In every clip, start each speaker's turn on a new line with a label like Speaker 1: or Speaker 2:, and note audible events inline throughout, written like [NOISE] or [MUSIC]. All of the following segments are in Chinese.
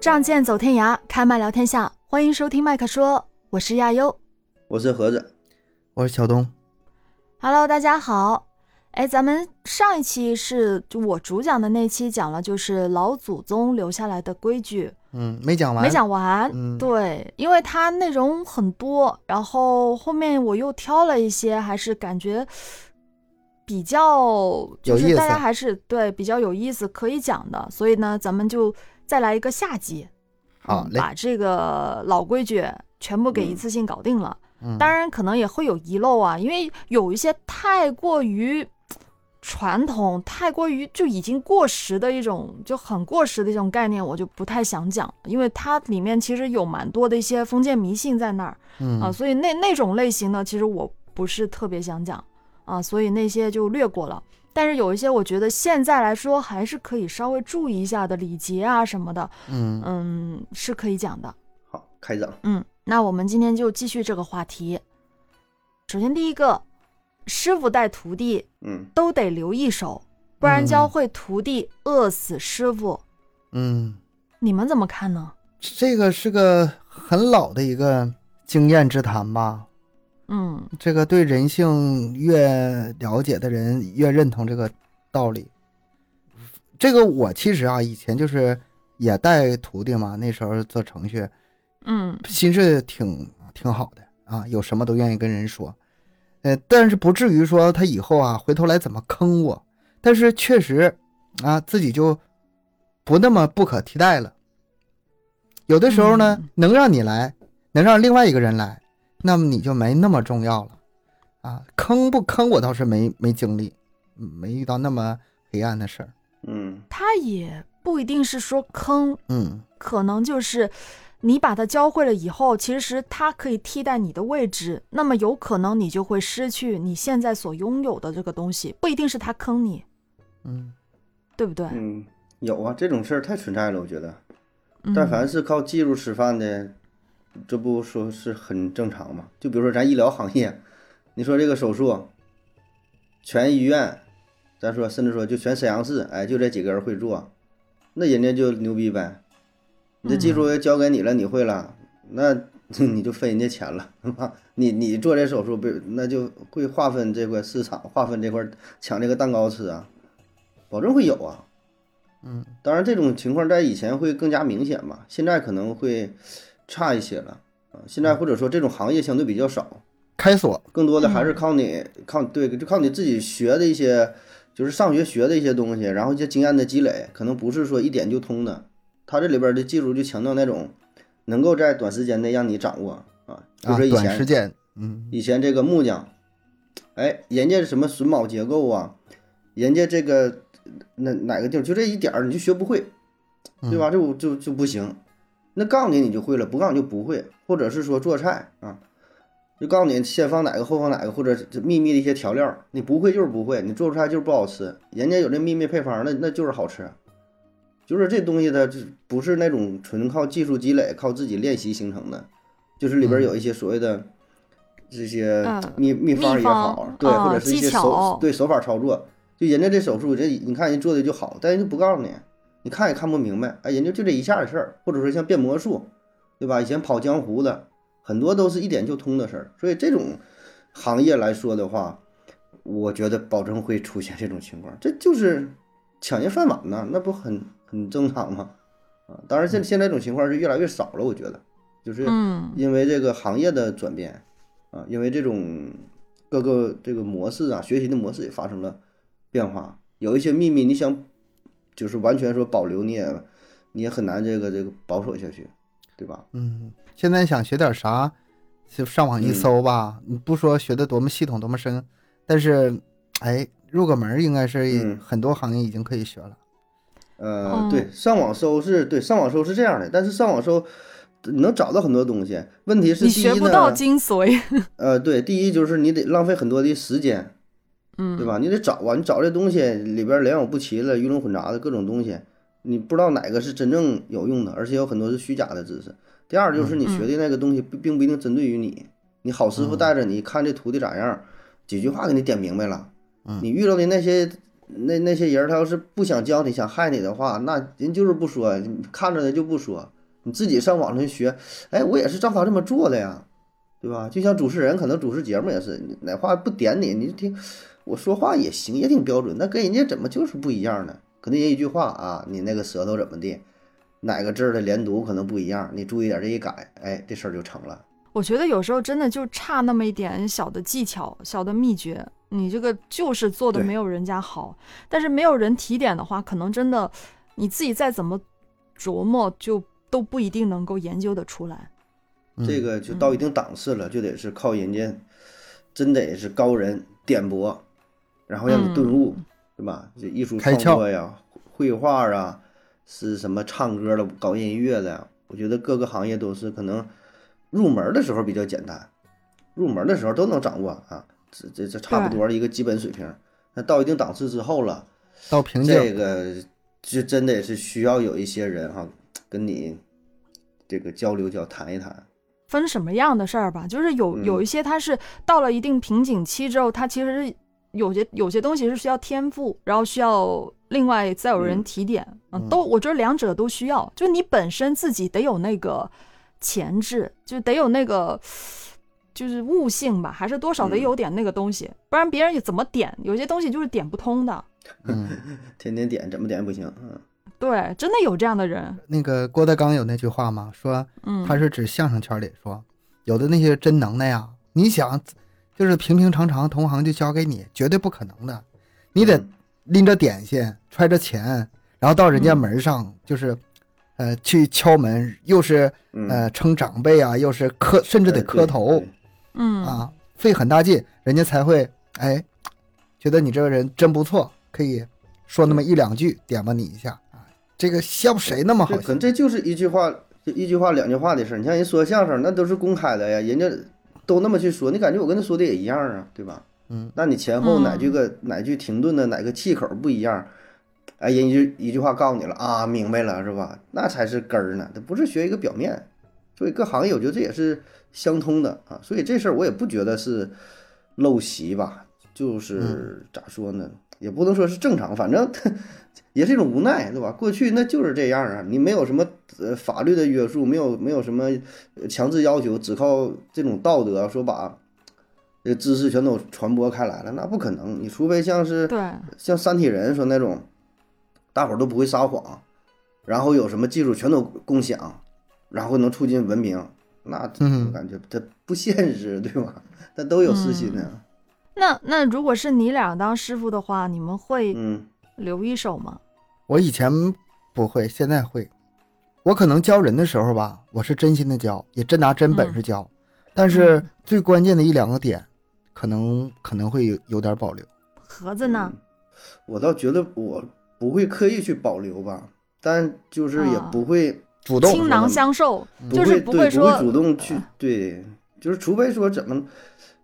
Speaker 1: 仗剑走天涯，开麦聊天下，欢迎收听麦克说，我是亚优。
Speaker 2: 我是盒子，
Speaker 3: 我是小东，
Speaker 1: Hello，大家好。哎，咱们上一期是就我主讲的那期，讲了就是老祖宗留下来的规矩，
Speaker 3: 嗯，没讲完，
Speaker 1: 没讲完。
Speaker 3: 嗯
Speaker 1: 对，因为它内容很多，然后后面我又挑了一些，还是感觉比较就
Speaker 3: 有意
Speaker 1: 是
Speaker 3: 思
Speaker 1: 大家还是对比较有意思可以讲的，所以呢，咱们就再来一个下集，
Speaker 3: 好
Speaker 1: 嗯
Speaker 3: 嘞
Speaker 1: 把这个老规矩全部给一
Speaker 2: 嗯
Speaker 1: 次性搞定了。
Speaker 3: 嗯，
Speaker 1: 当然可能也会有遗漏啊，因为有一些太过于传统、太过于就已经过时的一种，就很过时的一种概念，我就不太想讲了，因为它里面其实有蛮多的一些封建迷信在那儿
Speaker 3: 嗯
Speaker 1: 啊，所以那那种类型呢，其实我不是特别想讲啊，所以那些就略过了。但是有一些我觉得现在来说还是可以稍微注意一下的礼节啊什么的，
Speaker 3: 嗯
Speaker 1: 嗯，是可以讲的。
Speaker 2: 好开张。
Speaker 1: 嗯，那我们今天就继续这个话题。首先，第一个，师傅带徒弟
Speaker 2: 嗯，
Speaker 1: 都得留一手，不然教
Speaker 3: 嗯
Speaker 1: 会徒弟饿死师傅。
Speaker 3: 嗯，
Speaker 1: 你们怎么看呢？
Speaker 3: 这个是个很老的一个经验之谈吧。
Speaker 1: 嗯
Speaker 3: 这个对人性越了解的人越认同这个道理。这个我其实啊，以前就是也带徒弟嘛，那时候做程序，
Speaker 1: 嗯
Speaker 3: 心是挺挺好的啊，有什么都愿意跟人说，呃，但是不至于说他以后啊回头来怎么坑我，但是确实啊自己就不那么不可替代了。有的时候呢，
Speaker 1: 嗯
Speaker 3: 能让你来，能让另外一个人来，那么你就没那么重要了啊。坑不坑我倒是没没经历，嗯没遇到那么黑暗的事儿。
Speaker 2: 嗯，
Speaker 1: 他也不一定是说坑，
Speaker 3: 嗯
Speaker 1: 可能就是你把他教会了以后，其实他可以替代你的位置，那么有可能你就会失去你现在所拥有的这个东西，不一定是他坑你，
Speaker 3: 嗯
Speaker 1: 对不对？
Speaker 2: 嗯，有啊，这种事儿太存在了，我觉得。
Speaker 1: 嗯
Speaker 2: 但凡是靠技术吃饭的，这不说是很正常吗？就比如说咱医疗行业，你说这个手术，全医院，咱说甚至说就全沈阳市，哎，就这几个人会做，那人家就牛逼呗。你这技术交给你了，你会了，那 [LAUGHS] 你就分人家钱了，是吧？你你做这手术不，那就会划分这块市场，划分这块抢这个蛋糕吃啊，保证会有啊。
Speaker 3: 嗯，
Speaker 2: 当然，这种情况在以前会更加明显吧，现在可能会差一些了啊。现在或者说这种行业相对比较少，
Speaker 3: 开锁，
Speaker 2: 更多的还是
Speaker 3: 嗯
Speaker 2: 靠你、靠对，就靠你自己学的一些，就是上学学的一些东西，然后一些经验的积累，可能不是说一点就通的。它这里边的技术就强调那种能够在短时间内让你掌握啊，比如
Speaker 3: 啊
Speaker 2: 说，以前、
Speaker 3: 短时间，嗯
Speaker 2: 以前这个木匠，哎，人家什么榫卯结构啊，人家这个那哪个地儿就这一点儿你就学不会，对吧？就就就不行。那告诉你你就会了，不告诉你就不会，或者是说做菜啊，就告诉你先放哪个后放哪个，或者这秘密的一些调料，你不会就是不会，你做出来就是不好吃。人家有这秘密配方，那那就是好吃。就是这东西它就不是那种纯靠技术积累、靠自己练习形成的，就是里边
Speaker 3: 嗯
Speaker 2: 有一些所谓的这些
Speaker 1: 嗯
Speaker 2: 秘秘方
Speaker 1: 秘
Speaker 2: 也
Speaker 1: 方
Speaker 2: 好，对，
Speaker 1: 啊
Speaker 2: 或者是一
Speaker 1: 技
Speaker 2: 些
Speaker 1: 巧
Speaker 2: 手对手法操作，就人家这手术，人家你看人做的就好，但人家不告诉你，你看也看不明白，哎，人家就这一下的事儿，或者说像变魔术，对吧？以前跑江湖的很多都是一点就通的事儿，所以这种行业来说的话，我觉得保证会出现这种情况，这就是抢人饭碗呐，那不很很正常吗？啊，当然现现在这种情况是越来越少了，我觉得，就是
Speaker 1: 嗯
Speaker 2: 因为这个行业的转变啊，因为这种各个这个模式啊，学习的模式也发生了变化。有一些秘密，你想就是完全说保留，你也你也很难这个这个保守下去，对吧？
Speaker 3: 嗯，现在想学点啥，就上网一
Speaker 2: 嗯
Speaker 3: 搜吧。你不说学的多么系统、多么深，但是，哎，入个门儿应该是
Speaker 2: 嗯
Speaker 3: 很多行业已经可以学了。
Speaker 2: 呃
Speaker 1: 嗯，
Speaker 2: 对，上网搜是对上网搜是这样的，但是上网搜你能找到很多东西。问题是
Speaker 1: 你
Speaker 2: 第
Speaker 1: 学
Speaker 2: 一
Speaker 1: 不到
Speaker 2: 呢，
Speaker 1: 精
Speaker 2: [LAUGHS]
Speaker 1: 髓，
Speaker 2: 呃，对，第一就是你得浪费很多的时间，
Speaker 1: 嗯，
Speaker 2: 对吧？你得找啊，你找这东西里边儿良莠不齐了，鱼龙混杂的各种东西，你不知道哪个是真正有用的，而且有很多是虚假的知识。第二就是你
Speaker 1: 嗯
Speaker 2: 学的那个东西并并不一定针对于你，你好师傅带着你看这徒弟咋样，几句话给你点明白了。
Speaker 3: 嗯
Speaker 2: 你遇到的那些那那些人，他要是不想教你，想害你的话，那人就是不说，你看着他就不说，你自己上网上去学，哎，我也是照他这么做的呀，对吧？就像主持人可能主持节目也是，你哪话不点你，你就听我说话也行，也挺标准，但跟人家怎么就是不一样呢？可能人一句话啊，你那个舌头怎么地，哪个字儿的连读可能不一样，你注意点这一改，哎，这事儿就成了。
Speaker 1: 我觉得有时候真的就差那么一点小的技巧、小的秘诀，你这个就是做的
Speaker 2: 对
Speaker 1: 没有人家好，但是没有人提点的话，可能真的你自己再怎么琢磨，就都不一定能够研究得出来。
Speaker 3: 嗯
Speaker 2: 这个就到一定档次了，就得是靠人家，真得是高人点拨，然后让你顿悟，对吧？这艺术
Speaker 3: 嗯开
Speaker 2: 创
Speaker 3: 窍
Speaker 2: 作呀，绘画啊，是什么唱歌的、搞音乐的呀，我觉得各个行业都是可能入门的时候比较简单，入门的时候都能掌握啊，这这这差不多的一个基本水平。那到一定档次之后了，
Speaker 3: 到瓶颈，
Speaker 2: 这个就真得是需要有一些人哈、跟你这个交流交谈一谈。
Speaker 1: 分什么样的事儿吧，就是有
Speaker 2: 嗯
Speaker 1: 有一些它是到了一定瓶颈期之后，它其实是有些有些东西是需要天赋，然后需要另外再有人
Speaker 2: 嗯
Speaker 1: 提点，嗯，
Speaker 3: 嗯
Speaker 1: 都我觉得两者都需要，就你本身自己得有那个潜质，就得有那个就是悟性吧，还是多少得
Speaker 2: 嗯
Speaker 1: 有点那个东西，不然别人也怎么点，有些东西就是点不通的。
Speaker 3: 嗯，
Speaker 2: 天天点怎么点也不行，嗯，
Speaker 1: 对，真的有这样的人，
Speaker 3: 那个郭德纲有那句话嘛，说
Speaker 1: 嗯，
Speaker 3: 他是指相声圈里说，有的那些真能耐啊，你想，就是平平常常同行就交给你，绝对不可能的，你得
Speaker 2: 嗯
Speaker 3: 拎着点心，揣着钱，然后到人家门上，就是，呃，去敲门，又是
Speaker 2: 嗯
Speaker 3: 呃称长辈啊，又是磕，甚至得
Speaker 2: 哎
Speaker 3: 磕
Speaker 2: 对
Speaker 3: 头
Speaker 2: 对
Speaker 1: 嗯，
Speaker 3: 啊，费很大劲，人家才会哎，觉得你这个人真不错，可以说那么
Speaker 2: 嗯
Speaker 3: 一两句，点吧你一下啊，这个像谁那么
Speaker 2: 这
Speaker 3: 好
Speaker 2: 可
Speaker 3: 心
Speaker 2: 能这就是一句话，就一句话两句话的事儿。你像人说相声，那都是公开的呀，人家都那么去说，你感觉我跟他说的也一样啊，对吧？
Speaker 3: 嗯，
Speaker 2: 那你前后
Speaker 1: 嗯
Speaker 2: 哪句个、哪句停顿的，哪个气口不一样，哎，人家就一句话告诉你了啊，明白了是吧？那才是根儿呢，这不是学一个表面。所以各行业，我觉得这也是相通的啊。所以这事儿我也不觉得是陋习吧，就是咋说呢，也不能说是正常，反正 [LAUGHS] 也是一种无奈，对吧？过去那就是这样啊，你没有什么呃法律的约束，没有没有什么呃强制要求，只靠这种道德说把这个知识全都传播开来了，那不可能。你除非像是
Speaker 1: 对，
Speaker 2: 像三体人说那种，大伙儿都不会撒谎，然后有什么技术全都共享，然后能促进文明，那
Speaker 3: 嗯
Speaker 2: 我感觉它不现实，对吧？它都有私心的，
Speaker 1: 那那如果是你俩当师傅的话，你们会
Speaker 2: 嗯
Speaker 1: 留一手吗？
Speaker 3: 我以前不会，现在会。我可能教人的时候吧，我是真心的教，也真拿真本事教，但是最关键的一两个点，可能可能会有有点保留。
Speaker 1: 盒子呢？
Speaker 2: 我倒觉得我不会刻意去保留吧，但就是也
Speaker 1: 啊
Speaker 2: 不会、
Speaker 3: 主动
Speaker 1: 倾囊相授，
Speaker 2: 不
Speaker 1: 就是
Speaker 2: 会
Speaker 1: 不
Speaker 2: 对
Speaker 1: 会说啊
Speaker 2: 主动去对，就是除非说怎么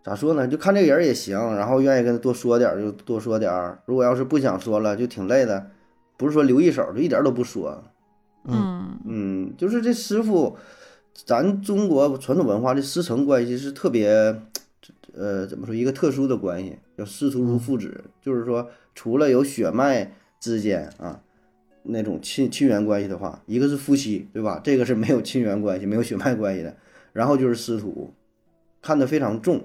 Speaker 2: 咋说呢，就看这个人也行，然后愿意跟他多说点儿就多说点儿，如果要是不想说了就挺累的，不是说留一手就一点儿都不说，
Speaker 1: 嗯
Speaker 2: 嗯，就是这师傅，咱中国传统文化的师承关系是特别，呃，怎么说一个特殊的关系，叫师徒
Speaker 1: 嗯
Speaker 2: 如父子，就是说除了有血脉之间啊那种亲亲缘关系的话，一个是夫妻，对吧？这个是没有亲缘关系、没有血脉关系的，然后就是师徒，看得非常重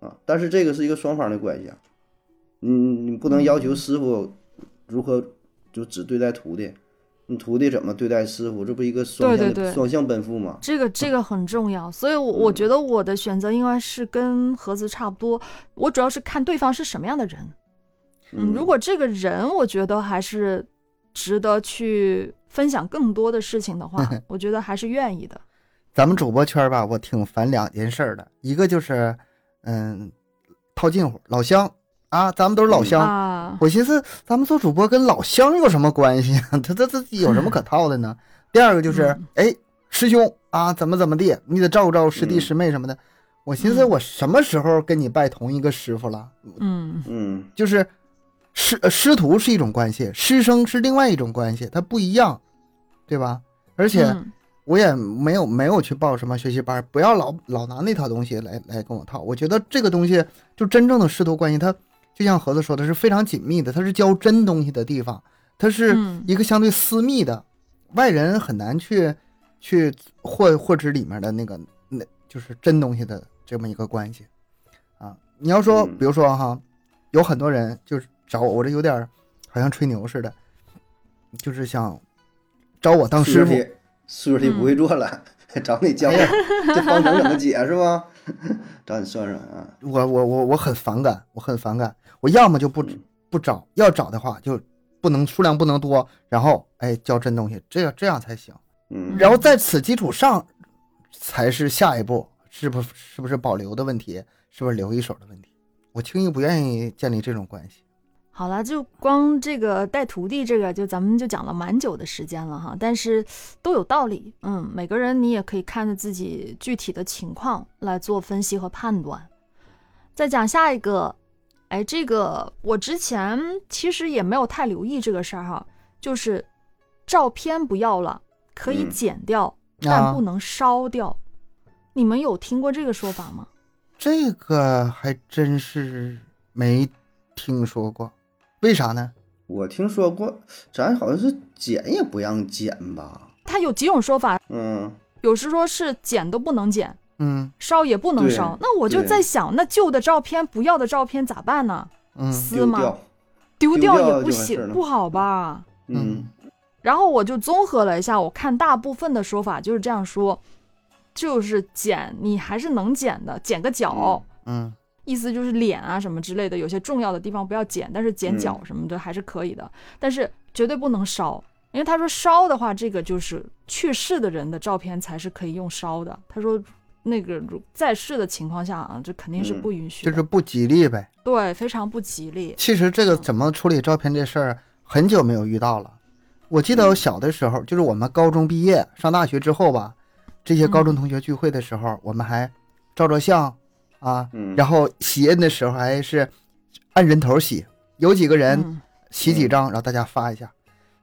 Speaker 2: 啊。但是这个是一个双方的关系啊，嗯，你不能要求师傅如何就只对待徒弟。你徒弟怎么对待师傅，这不一个双向的
Speaker 1: 对对对
Speaker 2: 双向奔赴吗？
Speaker 1: 这个这个很重要，所以我，我
Speaker 2: 嗯
Speaker 1: 觉得我的选择应该是跟盒子差不多。我主要是看对方是什么样的人，嗯，如果这个人我觉得还是值得去分享更多的事情的话，我觉得还是愿意的。
Speaker 3: 咱们主播圈吧，我挺烦两件事儿的，一个就是，嗯，套近乎，老乡啊，咱们都是老乡。
Speaker 1: 啊，
Speaker 3: 我寻思咱们做主播跟老乡有什么关系啊？ [LAUGHS] 他他他有什么可套的
Speaker 1: [LAUGHS]
Speaker 3: 呢？第二个就是，
Speaker 1: 嗯
Speaker 3: 哎，师兄啊，怎么怎么地，你得照顾照顾师弟
Speaker 2: 嗯
Speaker 3: 师妹什么的。我寻思
Speaker 1: 嗯
Speaker 3: 我什么时候跟你拜同一个师傅了？
Speaker 1: 嗯
Speaker 2: 嗯，
Speaker 3: 就是师呃师徒是一种关系，师生是另外一种关系，它不一样，对吧？而且
Speaker 1: 嗯
Speaker 3: 我也没有没有去报什么学习班，不要老老拿那套东西来来跟我套。我觉得这个东西就真正的师徒关系，它就像盒子说的是非常紧密的，它是教真东西的地方，它是
Speaker 1: 嗯
Speaker 3: 一个相对私密的，外人很难去去获获取里面的那个那就是真东西的这么一个关系啊。你要说，
Speaker 2: 嗯
Speaker 3: 比如说哈，有很多人就是找我，我这有点儿好像吹牛似的，就是想找我当
Speaker 2: 数学
Speaker 3: 师傅。哎
Speaker 2: 题，数学题
Speaker 1: 嗯
Speaker 2: 不会做了， [LAUGHS] 找你教我这方程怎么解是吧？ [LAUGHS] 找你算算啊，
Speaker 3: 我我我我很反感，我很反感。我要么就不
Speaker 2: 嗯
Speaker 3: 不找，要找的话就不能数量不能多，然后哎教真东西，这样这样才行。
Speaker 2: 嗯
Speaker 3: 然后在此基础上，才是下一步是不是不是保留的问题，是不是留一手的问题。我轻易不愿意建立这种关系。
Speaker 1: 好了，就光这个带徒弟这个，就咱们就讲了蛮久的时间了哈，但是都有道理。嗯，每个人你也可以看着自己具体的情况来做分析和判断。再讲下一个，哎，这个我之前其实也没有太留意这个事儿哈，就是照片不要了，可以
Speaker 2: 嗯
Speaker 1: 剪掉，但
Speaker 3: 啊
Speaker 1: 不，能烧掉。你们有听过这个说法吗？
Speaker 3: 这个还真是没听说过，为啥呢？
Speaker 2: 我听说过，咱好像是剪也不让剪吧？
Speaker 1: 它有几种说法，
Speaker 2: 嗯，
Speaker 1: 有时说是剪都不能剪，
Speaker 3: 嗯
Speaker 1: 烧也不能
Speaker 2: 对
Speaker 1: 烧。那我就
Speaker 2: 对
Speaker 1: 在想，那旧的照片、不要的照片咋办呢？
Speaker 3: 嗯
Speaker 1: 撕
Speaker 2: 丢
Speaker 1: 吗？
Speaker 2: 掉，
Speaker 1: 丢
Speaker 2: 掉
Speaker 1: 也
Speaker 2: 就
Speaker 1: 不
Speaker 2: 完事儿
Speaker 1: 行，
Speaker 2: 了
Speaker 1: 不好吧？
Speaker 2: 嗯，
Speaker 1: 然后我就综合了一下，我看大部分的说法就是这样说，就是剪你还是能剪的，剪个角，
Speaker 3: 嗯
Speaker 1: 意思就是脸啊什么之类的，有些重要的地方不要剪，但是
Speaker 3: 嗯
Speaker 1: 剪脚什么的还是可以的，但是绝对不能烧，因为他说烧的话，这个就是去世的人的照片才是可以用烧的。他说那个如在世的情况下啊，这肯定是
Speaker 2: 嗯
Speaker 1: 不允许
Speaker 3: 就
Speaker 1: 的，
Speaker 3: 是不吉利呗。
Speaker 1: 对，非常不吉利。
Speaker 3: 其实这个怎么处理照片这事儿，很久没有遇到了。我记得我小的时候，就是我们高中毕业上大学之后吧，这些高中同学聚会的时候，我们还照照相啊，
Speaker 2: 嗯
Speaker 3: 然后洗印的时候还是按人头洗，有几个人
Speaker 1: 嗯，
Speaker 3: 洗几张，然后大家发一下。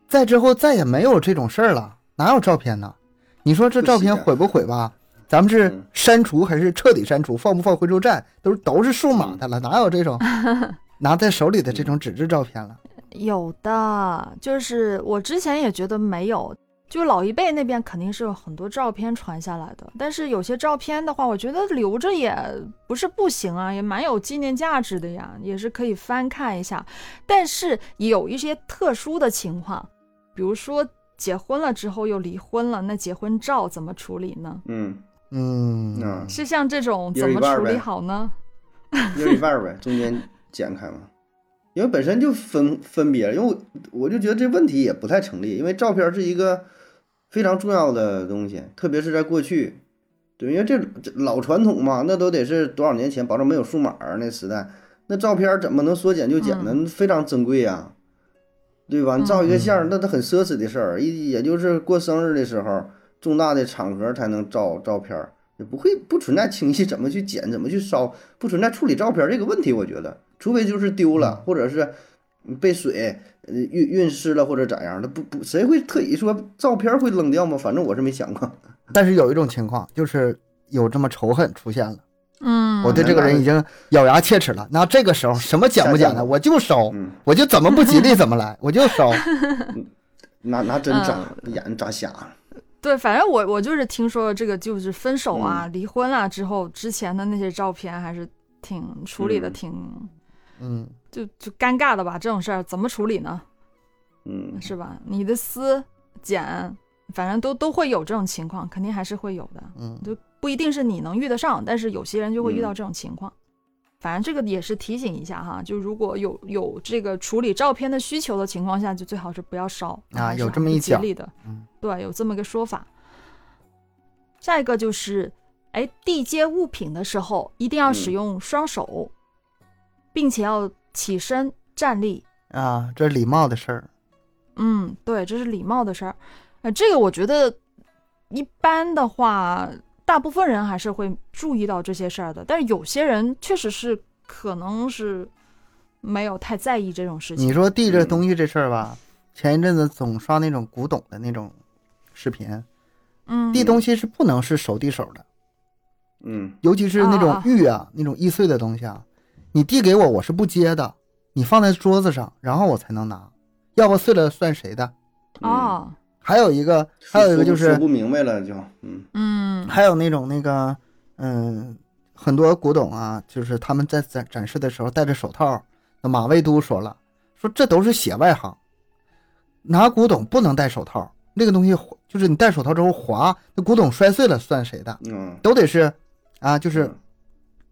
Speaker 3: 再之后再也没有这种事儿了，哪有照片呢？你说这照片毁不毁吧？咱们是
Speaker 2: 嗯
Speaker 3: 删除还是彻底删除？放不放回收站？都是都是数
Speaker 2: 嗯
Speaker 3: 码的了，哪有这种拿在手里的这种纸质照片了？
Speaker 1: 有的，就是我之前也觉得没有，就是老一辈那边肯定是有很多照片传下来的，但是有些照片的话，我觉得留着也不是不行啊，也蛮有纪念价值的呀，也是可以翻看一下。但是有一些特殊的情况，比如说结婚了之后又离婚了，那结婚照怎么处理呢？
Speaker 2: 嗯，
Speaker 3: 嗯
Speaker 2: 嗯，
Speaker 1: 是像这种
Speaker 2: 一
Speaker 1: 怎
Speaker 2: 人一
Speaker 1: 么
Speaker 2: 半
Speaker 1: 处
Speaker 2: 呗
Speaker 1: 理好呢？
Speaker 2: 一人一半儿呗，中间剪开嘛。因为本身就分分别，因为我我就觉得这问题也不太成立，因为照片是一个非常重要的东西，特别是在过去，对，因为这这老传统嘛，那都得是多少年前，保证没有数码儿那时代，那照片怎么能说剪就剪呢？非常珍贵啊呀、对吧？你照一个
Speaker 3: 嗯
Speaker 2: 相儿，那都很奢侈的事儿，一也就是过生日的时候，重大的场合才能照照片儿，也不会不存在轻易怎么去剪、怎么去烧，不存在处理照片儿这个问题。我觉得，除非就是丢
Speaker 3: 嗯
Speaker 2: 了，或者是被水呃运运湿了，或者咋样的，不不，谁会特意说照片儿会扔掉吗？反正我是没想过。
Speaker 3: 但是有一种情况，就是有这么仇恨出现了，
Speaker 1: 嗯，
Speaker 3: 我对这个人已经咬牙切齿了。那这个时候什么剪不剪
Speaker 2: 下架
Speaker 3: 的，我就收，
Speaker 2: 嗯，
Speaker 3: 我就怎么不吉利怎么来，我就收。 [LAUGHS]
Speaker 2: 拿拿针
Speaker 1: 嗯
Speaker 2: 扎，眼扎瞎了。
Speaker 1: 对，反正我我就是听说这个，就是分手啊、
Speaker 2: 嗯
Speaker 1: 离婚啊之后之前的那些照片，还是挺处理的
Speaker 2: 嗯
Speaker 1: 挺、
Speaker 3: 嗯，
Speaker 1: 就就尴尬的吧。这种事儿怎么处理呢？
Speaker 2: 嗯，
Speaker 1: 是吧？你的撕剪，反正都都会有这种情况，肯定还是会有的。
Speaker 3: 嗯
Speaker 1: 就不一定是你能遇得上，但是有些人就会遇到
Speaker 2: 嗯
Speaker 1: 这种情况。反正这个也是提醒一下哈，就如果有有这个处理照片的需求的情况下，就最好是不要烧
Speaker 3: 啊
Speaker 1: 还是
Speaker 3: 有
Speaker 1: 很
Speaker 3: 这么
Speaker 1: 不
Speaker 3: 一
Speaker 1: 吉
Speaker 3: 讲
Speaker 1: 利的，
Speaker 3: 嗯
Speaker 1: 对，有这么一个说法。下一个就是，哎，递接物品的时候一定要使
Speaker 2: 嗯
Speaker 1: 用双手，并且要起身站立，
Speaker 3: 啊，这是礼貌的事儿。
Speaker 1: 嗯，对，这是礼貌的事儿。呃，这个我觉得一般的话，大部分人还是会注意到这些事儿的，但是有些人确实是可能是没有太在意这种事
Speaker 3: 你
Speaker 1: 情。
Speaker 3: 说递着
Speaker 2: 嗯
Speaker 3: 东西这事儿吧，前一阵子总刷那种古董的那种视频，
Speaker 1: 嗯，
Speaker 3: 递东西是不能是手递手的，
Speaker 2: 嗯
Speaker 3: 尤其是那种
Speaker 1: 啊
Speaker 3: 玉啊，那种易碎的东西啊，你递给我我是不接的，你放在桌子上，然后我才能拿，要不碎了算谁的？
Speaker 1: 啊，
Speaker 3: 还有一个，还有一个就
Speaker 2: 说
Speaker 3: 是
Speaker 2: 不明白了就，嗯
Speaker 1: 嗯
Speaker 3: 还有那种那个，嗯，很多古董啊，就是他们在展展示的时候戴着手套。那马未都说了，说这都是血外行，拿古董不能戴手套，那个东西就是你戴手套之后滑，那古董摔碎了算谁的？
Speaker 2: 嗯，
Speaker 3: 都得是啊，就是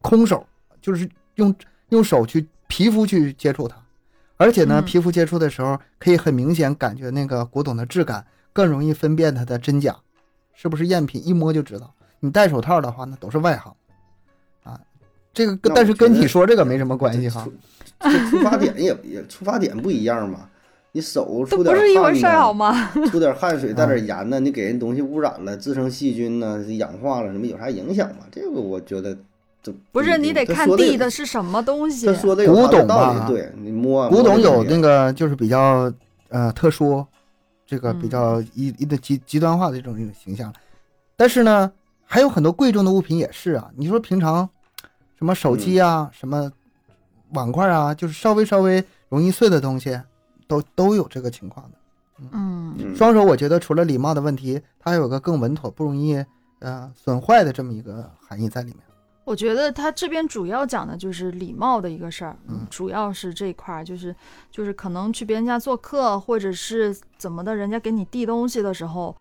Speaker 3: 空手，就是用用手去皮肤去接触它，而且呢，
Speaker 1: 嗯
Speaker 3: 皮肤接触的时候可以很明显感觉那个古董的质感，更容易分辨它的真假，是不是赝品，一摸就知道。你戴手套的话，那都是外行啊。这个
Speaker 2: 那
Speaker 3: 但是
Speaker 2: 我觉
Speaker 3: 跟你
Speaker 2: 得
Speaker 3: 说这个没什么关系哈。
Speaker 2: 这出这出发点也也出发点不一样嘛，你手
Speaker 1: 都
Speaker 2: 出
Speaker 1: 不
Speaker 2: 点
Speaker 1: 是一回
Speaker 2: 汗
Speaker 1: 事儿啊好
Speaker 2: 呢，
Speaker 1: 吗？
Speaker 2: 出点汗
Speaker 3: 啊
Speaker 2: 水带点盐呢，你给人东西污染了，滋生细菌呢，氧化了什么有啥影响吗？这个我觉得这
Speaker 1: 不是，你得
Speaker 2: 他
Speaker 1: 看
Speaker 2: 说
Speaker 1: 地
Speaker 2: 有
Speaker 1: 的是什么东西
Speaker 2: 他。说的有
Speaker 3: 古
Speaker 2: 他的
Speaker 3: 董
Speaker 2: 道理，
Speaker 3: 吧
Speaker 2: 对你摸
Speaker 3: 古董有
Speaker 2: 那
Speaker 3: 那个就是比较呃特殊，这个比
Speaker 1: 嗯
Speaker 3: 较一一个极极端化的这种一种形象。但是呢，还有很多贵重的物品也是啊。你说平常什么手机
Speaker 1: 嗯
Speaker 3: 啊、什么碗筷啊，就是稍微稍微容易碎的东西，都都有这个情况的。
Speaker 1: 嗯
Speaker 3: 双手，我觉得除了礼貌的问题，它还有个更稳妥、不容易呃损坏的这么一个含义在里面。
Speaker 1: 我觉得他这边主要讲的就是礼貌的一个事儿，
Speaker 3: 嗯
Speaker 1: 主要是这一块儿，就是就是可能去别人家做客，或者是怎么的，人家给你递东西的时候，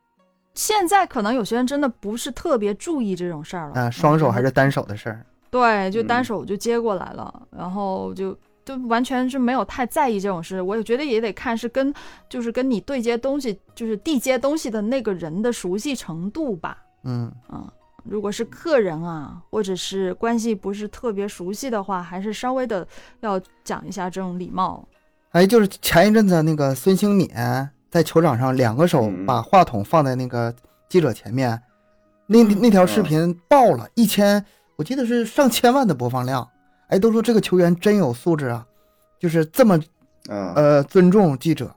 Speaker 1: 现在可能有些人真的不是特别注意这种事儿了。
Speaker 3: 啊、双手还
Speaker 1: 是。
Speaker 3: 是单手的事儿。
Speaker 1: 对，就单
Speaker 2: 嗯
Speaker 1: 手就接过来了，然后就就完全是没有太在意这种事。我也觉得也得看是跟就是跟你对接东西，就是递接东西的那个人的熟悉程度吧。
Speaker 3: 嗯，
Speaker 1: 嗯，如果是客人啊，或者是关系不是特别熟悉的话，还是稍微的要讲一下这种礼貌。
Speaker 3: 哎，就是前一阵子那个孙兴敏在球场上两个手
Speaker 2: 嗯
Speaker 3: 把话筒放在那个记者前面，那
Speaker 1: 嗯
Speaker 3: 那条视频爆了一千，我记得是上千万的播放量。哎，都说这个球员真有素质啊，就是这么
Speaker 2: 啊，
Speaker 3: 呃尊重记者，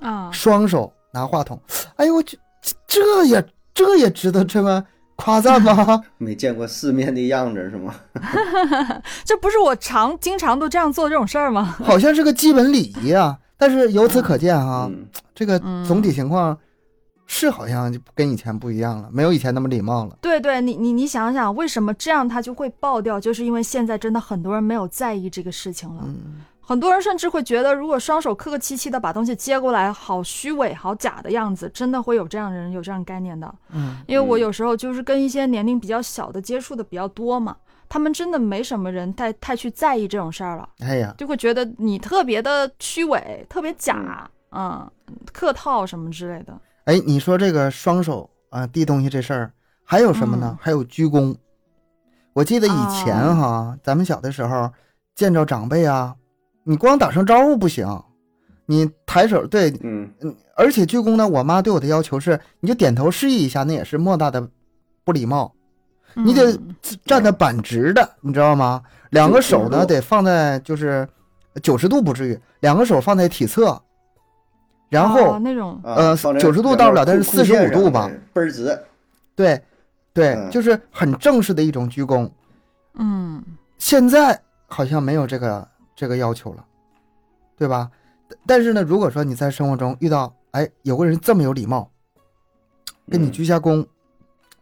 Speaker 1: 啊，
Speaker 3: 双手拿话筒。哎呦，我去，这这也这也值得这么夸赞吗？ [LAUGHS]
Speaker 2: 没见过世面的样子是吗？
Speaker 1: 这不是我常经常都这样做这种事儿吗？ [LAUGHS]
Speaker 3: 好像是个基本礼仪啊。但是由此可见啊，
Speaker 2: 嗯，
Speaker 3: 这个
Speaker 1: 嗯
Speaker 3: 总体情况是好像就跟以前不一样了，没有以前那么礼貌了。
Speaker 1: 对对，你你你想想，为什么这样他就会爆掉？就是因为现在真的很多人没有在意这个事情了。
Speaker 3: 嗯，
Speaker 1: 很多人甚至会觉得，如果双手客客气气的把东西接过来，好虚伪、好假的样子，真的会有这样的人有这样概念的。
Speaker 3: 嗯，
Speaker 1: 因为我
Speaker 2: 嗯
Speaker 1: 有时候就是跟一些年龄比较小的接触的比较多嘛，他们真的没什么人太太去在意这种事儿了，
Speaker 3: 哎呀，
Speaker 1: 就会觉得你特别的虚伪、特别假，嗯，客套什么之类的。
Speaker 3: 哎，你说这个双手啊递东西这事儿，还有什么呢？
Speaker 1: 嗯哦
Speaker 3: 还有鞠躬。我记得以前哈，咱们小的时候见着长辈啊，你光打声招呼不行，你抬手对，
Speaker 2: 嗯，
Speaker 3: 而且鞠躬呢，我妈对我的要求是，你就点头示意一下，那也是莫大的不礼貌。你得
Speaker 1: 嗯
Speaker 3: 站的板直的，你知道吗？两个手呢
Speaker 2: 90度
Speaker 3: 得放在就是九十度不至于，两个手放在体侧，然后、
Speaker 1: 哦那种
Speaker 2: 啊
Speaker 3: 呃
Speaker 2: 放在
Speaker 3: 90度到不了但是
Speaker 2: 裤线
Speaker 3: 45度
Speaker 2: 上
Speaker 3: 吧
Speaker 2: 对倍儿直。
Speaker 3: 对对、
Speaker 2: 嗯
Speaker 3: 就是很正式的一种鞠躬。
Speaker 1: 嗯
Speaker 3: 现在好像没有这个这个要求了，对吧？但但是呢，如果说你在生活中遇到哎有个人这么有礼貌，跟你
Speaker 2: 嗯
Speaker 3: 鞠下躬，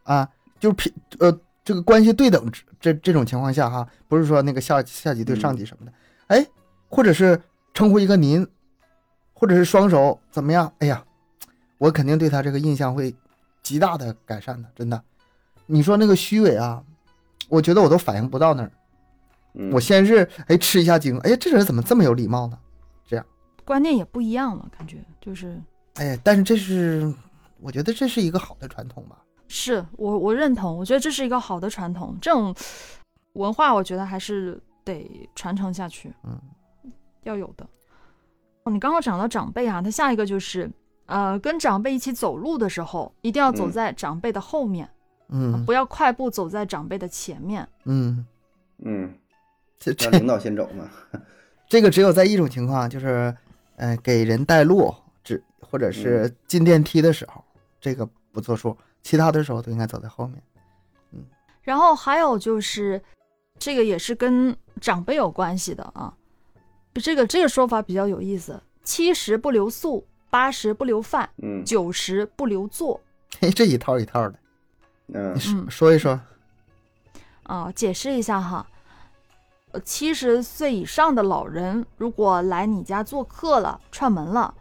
Speaker 3: 啊，就是平呃这个关系对等之这这种情况下哈，不是说那个下下级对上
Speaker 2: 嗯
Speaker 3: 级什么的，哎，或者是称呼一个您，或者是双手怎么样？哎呀，我肯定对他这个印象会极大的改善的，真的。你说那个虚伪啊，我觉得我都反应不到那儿。
Speaker 2: 嗯
Speaker 3: 我先是哎吃一下惊，哎这人怎么这么有礼貌呢？
Speaker 1: 观念也不一样了，感觉就是
Speaker 3: 哎呀，但是这是我觉得这是一个好的传统吧。
Speaker 1: 是我我认同，我觉得这是一个好的传统，这种文化我觉得还是得传承下去，
Speaker 3: 嗯，
Speaker 1: 要有的。哦，你刚刚讲到长辈啊，他下一个就是，呃，跟长辈一起走路的时候，一定要走
Speaker 2: 嗯
Speaker 1: 在长辈的后面，
Speaker 3: 嗯
Speaker 1: 不要快步走在长辈的前面。
Speaker 3: 嗯，
Speaker 2: 嗯，
Speaker 3: 这
Speaker 2: 让
Speaker 3: 这
Speaker 2: 领导先走嘛。
Speaker 3: 这个只有在一种情况，就是嗯、呃给人带路，只或者
Speaker 1: 嗯
Speaker 3: 是进电梯的时候，这个不作数，其他的时候都应该走在后面。 [LAUGHS]
Speaker 1: 然后还有就是，这个也是跟长辈有关系的啊。这个这个说法比较有意思，七十不留宿，八十不留饭，
Speaker 3: [LAUGHS]
Speaker 2: 嗯
Speaker 1: 九十不留座
Speaker 3: 这一套一套的，
Speaker 2: 嗯
Speaker 3: 你说
Speaker 1: 嗯
Speaker 3: 说一说。
Speaker 1: 啊。解释一下哈，呃七十岁以上的老人如果来你家做客了、串门了，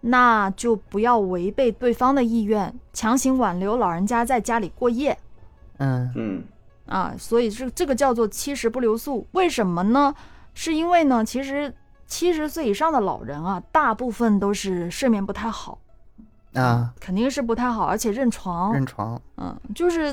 Speaker 1: 那就不要违背对方的意愿，强行挽留老人家在家里过夜。
Speaker 3: 嗯
Speaker 2: 嗯
Speaker 1: 啊，所以这这个叫做七十不留宿，为什么呢？是因为呢，其实七十岁以上的老人啊，大部分都是睡眠不太好，
Speaker 3: 啊，
Speaker 1: 肯定是不太好，而且认床，
Speaker 3: 认床，
Speaker 1: 嗯，就是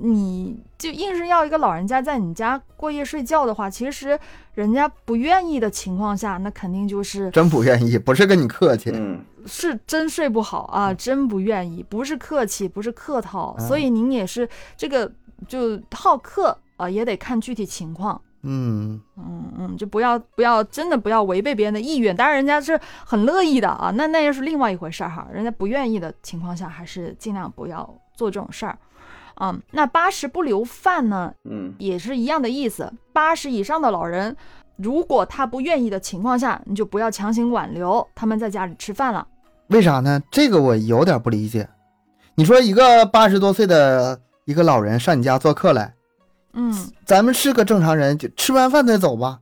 Speaker 1: 你就硬是要一个老人家在你家过夜睡觉的话，其实人家不愿意的情况下，那肯定就是
Speaker 3: 真不愿意，不是跟你客气。
Speaker 2: 嗯
Speaker 1: 是真睡不好啊，真不愿意，不是客气，不是客套，所以您也是这个就好客啊，也得看具体情况。
Speaker 3: 嗯，
Speaker 1: 嗯嗯，就不要不要，真的不要违背别人的意愿。当然，人家是很乐意的啊，那那又是另外一回事儿哈。人家不愿意的情况下，还是尽量不要做这种事儿。嗯，那八十不留饭呢，
Speaker 2: 嗯
Speaker 1: 也是一样的意思。八十以上的老人，如果他不愿意的情况下，你就不要强行挽留他们在家里吃饭了。
Speaker 3: 为啥呢？这个我有点不理解。你说一个八十多岁的一个老人上你家做客来，
Speaker 1: 嗯，
Speaker 3: 咱们是个正常人，就吃完饭再走吧，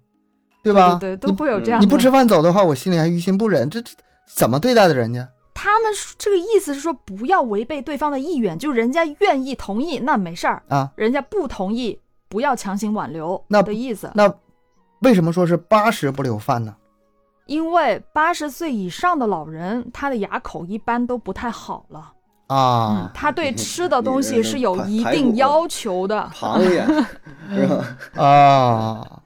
Speaker 3: 对吧？
Speaker 1: 对对，
Speaker 3: 你
Speaker 1: 都会有这样
Speaker 3: 你
Speaker 1: 的。
Speaker 3: 不吃饭走的话，我心里还于心不忍，这这怎么对待的人家？
Speaker 1: 他们这个意思是说，不要违背对方的意愿，就人家愿意同意，那没事儿
Speaker 3: 啊。
Speaker 1: 人家不同意，不要强行挽留
Speaker 3: 那
Speaker 1: 的意思。
Speaker 3: 那为什么说是八十不留饭呢？
Speaker 1: 因为八十岁以上的老人，他的牙口一般都不太好了，嗯
Speaker 3: 啊，，
Speaker 1: 他对吃的东西是有
Speaker 2: 排
Speaker 1: 一
Speaker 2: 排骨
Speaker 1: 定要求的
Speaker 2: 螃
Speaker 1: [LAUGHS]
Speaker 2: 蟹是吧？
Speaker 1: 嗯
Speaker 3: 啊，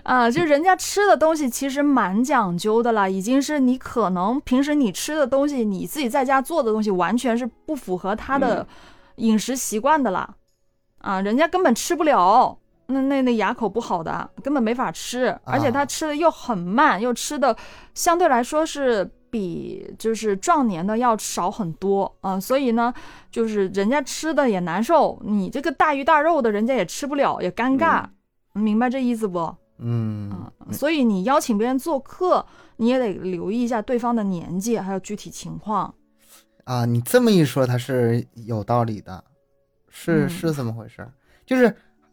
Speaker 3: [LAUGHS]
Speaker 1: 啊。就人家吃的东西其实蛮讲究的啦，已经是你可能平时你吃的东西，你自己在家做的东西，完全是不符合他的
Speaker 2: 嗯
Speaker 1: 饮食习惯的啦。啊，人家根本吃不了，那那那牙口不好的，根本没法吃，而且他吃的又很慢，又吃的相对来说是比就是壮年的要少很多啊、所以呢，就是人家吃的也难受，你这个大鱼大肉的，人家也吃不了，也尴尬，明白这意思不？
Speaker 3: 嗯
Speaker 1: 啊，所以你邀请别人做客，你也得留意一下对方的年纪，还有具体情况。
Speaker 3: 啊，你这么一说，他是有道理的，是
Speaker 1: 嗯
Speaker 3: 是这么回事儿，就是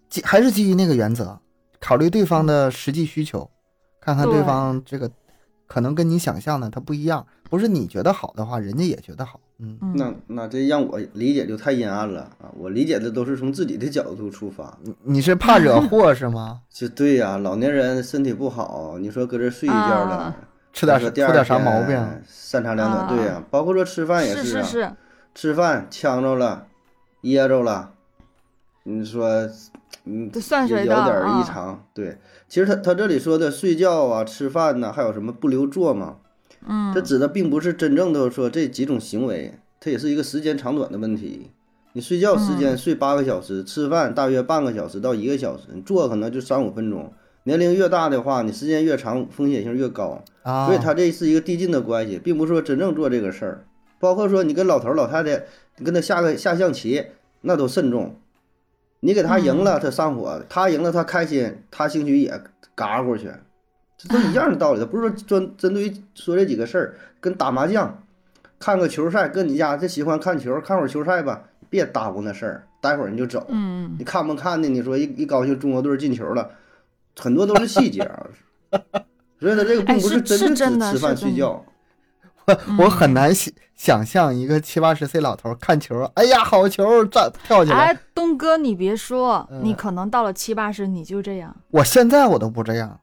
Speaker 3: 基还是基于那个原则，考虑对方的实际需求，看看对
Speaker 1: 对
Speaker 3: 方这个可能跟你想象的他不一样，不是你觉得好的话，人家也觉得好，嗯
Speaker 1: 嗯，
Speaker 2: 那那这让我理解就太阴暗了啊！我理解的都是从自己的角度出发，
Speaker 1: 嗯
Speaker 3: 你是怕惹祸是吗？
Speaker 2: 就对呀、老年人身体不好，你说搁这睡一觉了，
Speaker 1: 啊
Speaker 3: 吃点
Speaker 2: 你
Speaker 3: 出
Speaker 2: 说第二
Speaker 3: 点啥
Speaker 2: 天
Speaker 3: 毛病？
Speaker 2: 三长两短，
Speaker 1: 啊
Speaker 2: 对呀、包括说吃饭也
Speaker 1: 是
Speaker 2: 啊，
Speaker 1: 是是，
Speaker 2: 吃饭呛着了，噎着了，你说，嗯，
Speaker 1: 这算
Speaker 2: 有
Speaker 1: 谁
Speaker 2: 有
Speaker 1: 的
Speaker 2: 点儿
Speaker 1: 啊
Speaker 2: 异常。对，其实他他这里说的睡觉啊、吃饭呐、还有什么不留座嘛，
Speaker 1: 嗯
Speaker 2: 这指的并不是真正的说这几种行为，它也是一个时间长短的问题。你睡觉时
Speaker 1: 嗯
Speaker 2: 间睡八个小时，吃饭大约半个小时到一个小时，你坐可能就三五分钟。年龄越大的话，你时间越长，风险性越高。
Speaker 3: 啊，
Speaker 2: 所以它这是一个递进的关系，并不是说真正做这个事儿。包括说你跟老头儿老太太，你跟他下个下象棋，那都慎重。你给他赢了，他上火；他赢了，他开心，他兴许也嘎过去，这都一样的道理。他不是说专针对于说这几个事儿，跟打麻将、看个球赛，跟你家这喜欢看球，看会儿球赛吧，别耽误那事儿，待会儿你就走。
Speaker 1: 嗯，
Speaker 2: 你看不看呢？你说一一高兴中国队进球了，很多都是细节啊。所以他这个并不
Speaker 1: 哎是
Speaker 2: 真
Speaker 1: 是真
Speaker 2: 只
Speaker 1: 的
Speaker 2: 吃饭
Speaker 1: 是真
Speaker 2: 睡
Speaker 1: 的嗯
Speaker 2: 觉，
Speaker 3: 我很难想想象一个七八十岁老头儿看球，哎呀，好球，站跳起来。
Speaker 1: 哎，东哥，你别说，
Speaker 3: 嗯
Speaker 1: 你可能到了七八十你就这样，
Speaker 3: 我现在我都不这样，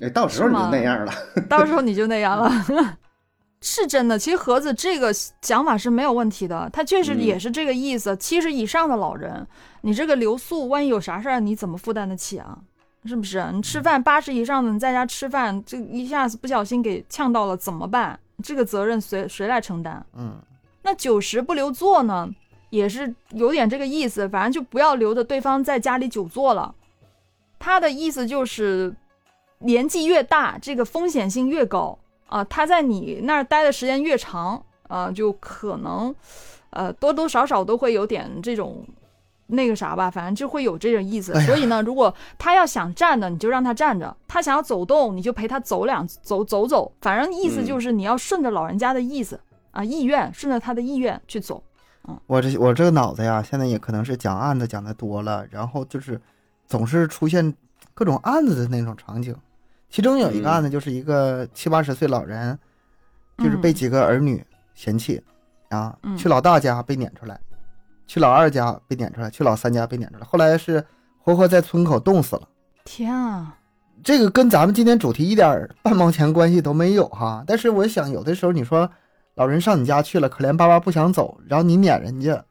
Speaker 2: 哎，到时候你
Speaker 1: 是
Speaker 2: 就
Speaker 1: 吗
Speaker 2: 那样了。
Speaker 1: 到时候你就那样了。 [LAUGHS] 是真的，其实盒子这个想法是没有问题的，他确实
Speaker 2: 嗯
Speaker 1: 也是这个意思。七十以上的老人，你这个留宿，万一有啥事儿，你怎么负担得起啊？是不是？你吃饭八十以上的，你在家吃饭，这一下子不小心给呛到了怎么办？这个责任谁谁来承担？
Speaker 3: 嗯，
Speaker 1: 那九十不留座呢，也是有点这个意思，反正就不要留着对方在家里久坐了。他的意思就是，年纪越大，这个风险性越高啊、他在你那儿待的时间越长啊、就可能，呃，多多少少都会有点这种那个啥吧，反正就会有这种意思。
Speaker 3: 哎呀
Speaker 1: 所以呢，如果他要想站着，你就让他站着；他想要走动，你就陪他走两走走走。反正意思
Speaker 2: 嗯
Speaker 1: 就是你要顺着老人家的意思、啊，意愿，顺着他的意愿去走。
Speaker 3: 我这我这个脑子呀，现在也可能是讲案子讲的多了，然后就是总是出现各种案子的那种场景。其中有一个
Speaker 2: 嗯
Speaker 3: 案子，就是一个七八十岁老人，就是被
Speaker 1: 嗯
Speaker 3: 几个儿女嫌弃，啊，
Speaker 1: 嗯
Speaker 3: 去老大家被撵出来，去老二家被撵出来，去老三家被撵出来，后来是活活在村口冻死了。
Speaker 1: 天啊，
Speaker 3: 这个跟咱们今天主题一点儿半毛钱关系都没有哈。但是我想，有的时候你说老人上你家去了，可怜巴巴不想走，然后你撵人家，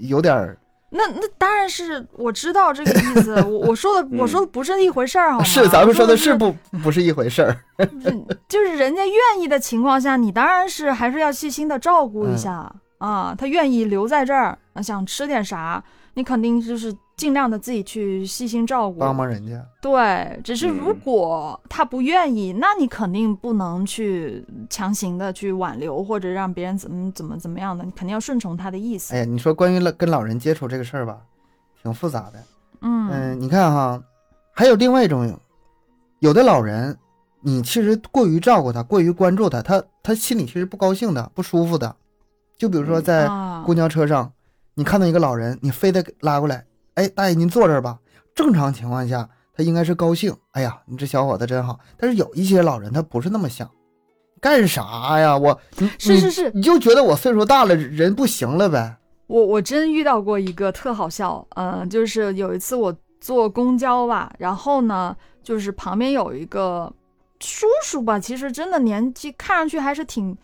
Speaker 3: 有点儿
Speaker 1: 那那当然是我知道这个意思，我我说的我说的不是一回事儿，好吗？
Speaker 3: 嗯 [LAUGHS] 是咱们说的
Speaker 1: 的
Speaker 3: 是不不是一回事儿。
Speaker 1: 人就是人家愿意的情况下，你当然是还是要细心的照顾
Speaker 3: 嗯
Speaker 1: 一下、啊。他愿意留在这儿，啊想吃点啥，你肯定就是尽量的自己去细心照顾。
Speaker 3: 帮帮人家，
Speaker 1: 对，只是如
Speaker 2: 嗯
Speaker 1: 果他不愿意，那你肯定不能去强行的去挽留或者让别人怎么怎么怎么样的，你肯定要顺从他的意思。
Speaker 3: 哎呀，你说关于了跟老人接触这个事儿吧，挺复杂的。
Speaker 1: 嗯
Speaker 3: 嗯，你看哈，还有另外一种，有的老人，你其实过于照顾他，过于关注他，他他心里其实不高兴的，不舒服的。就比如说
Speaker 2: 嗯
Speaker 3: 在
Speaker 1: 啊
Speaker 3: 公，交车上，你看到一个老人，你非得给拉过来，哎，大爷您坐这儿吧。正常情况下，他应该是高兴，哎呀，你这小伙子真好。但是有一些老人他不是那么想，干啥呀？我你
Speaker 1: 是是是
Speaker 3: 你，你就觉得我岁数大了，人不行了呗？
Speaker 1: 我我真遇到过一个特好笑，嗯、就是有一次我坐公交吧，然后呢，就是旁边有一个叔叔吧，其实真的年纪看上去还是挺，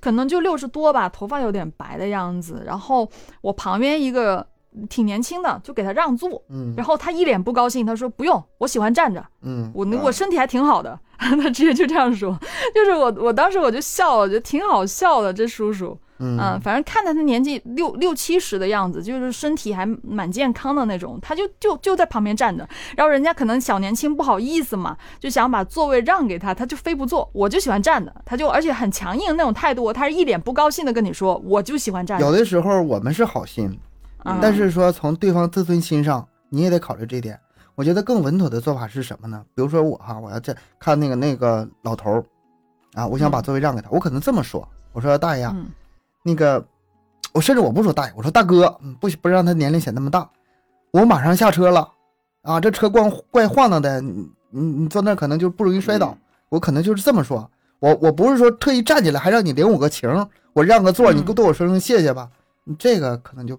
Speaker 1: 可能就六十多吧，头发有点白的样子。然后我旁边一个挺年轻的，就给他让座，
Speaker 3: 嗯
Speaker 1: 然后他一脸不高兴，他说不用，我喜欢站着。
Speaker 3: 嗯，
Speaker 1: 我
Speaker 2: 啊
Speaker 1: 我身体还挺好的， [LAUGHS] 他直接就这样说，就是我我当时我就笑了，我觉得挺好笑的这叔叔，
Speaker 3: 嗯
Speaker 1: 嗯，反正看着他年纪六六七十的样子，就是身体还蛮健康的那种，他就就就在旁边站着，然后人家可能小年轻不好意思嘛，就想把座位让给他，他就非不坐，我就喜欢站着，他就而且很强硬那种态度，他是一脸不高兴的跟你说，我就喜欢站着，
Speaker 3: 有的时候我们是好心，
Speaker 1: 嗯
Speaker 3: 但是说从对方自尊心上，你也得考虑这一点。我觉得更稳妥的做法是什么呢？比如说我哈，我要这看那个那个老头儿，啊，我想把
Speaker 1: 嗯
Speaker 3: 座位让给他，我可能这么说，我说大爷啊，
Speaker 1: 嗯
Speaker 3: 那个，我甚至我不说大爷，我说大哥，嗯，不不让他年龄显那么大，我马上下车了，啊，这车光怪晃荡的，你你你坐那儿可能就不容易摔倒，
Speaker 2: 嗯
Speaker 3: 我可能就是这么说，我我不是说特意站起来还让你领我个情，我让个座，你
Speaker 1: 嗯
Speaker 3: 给对我说声谢谢吧，你这个可能就，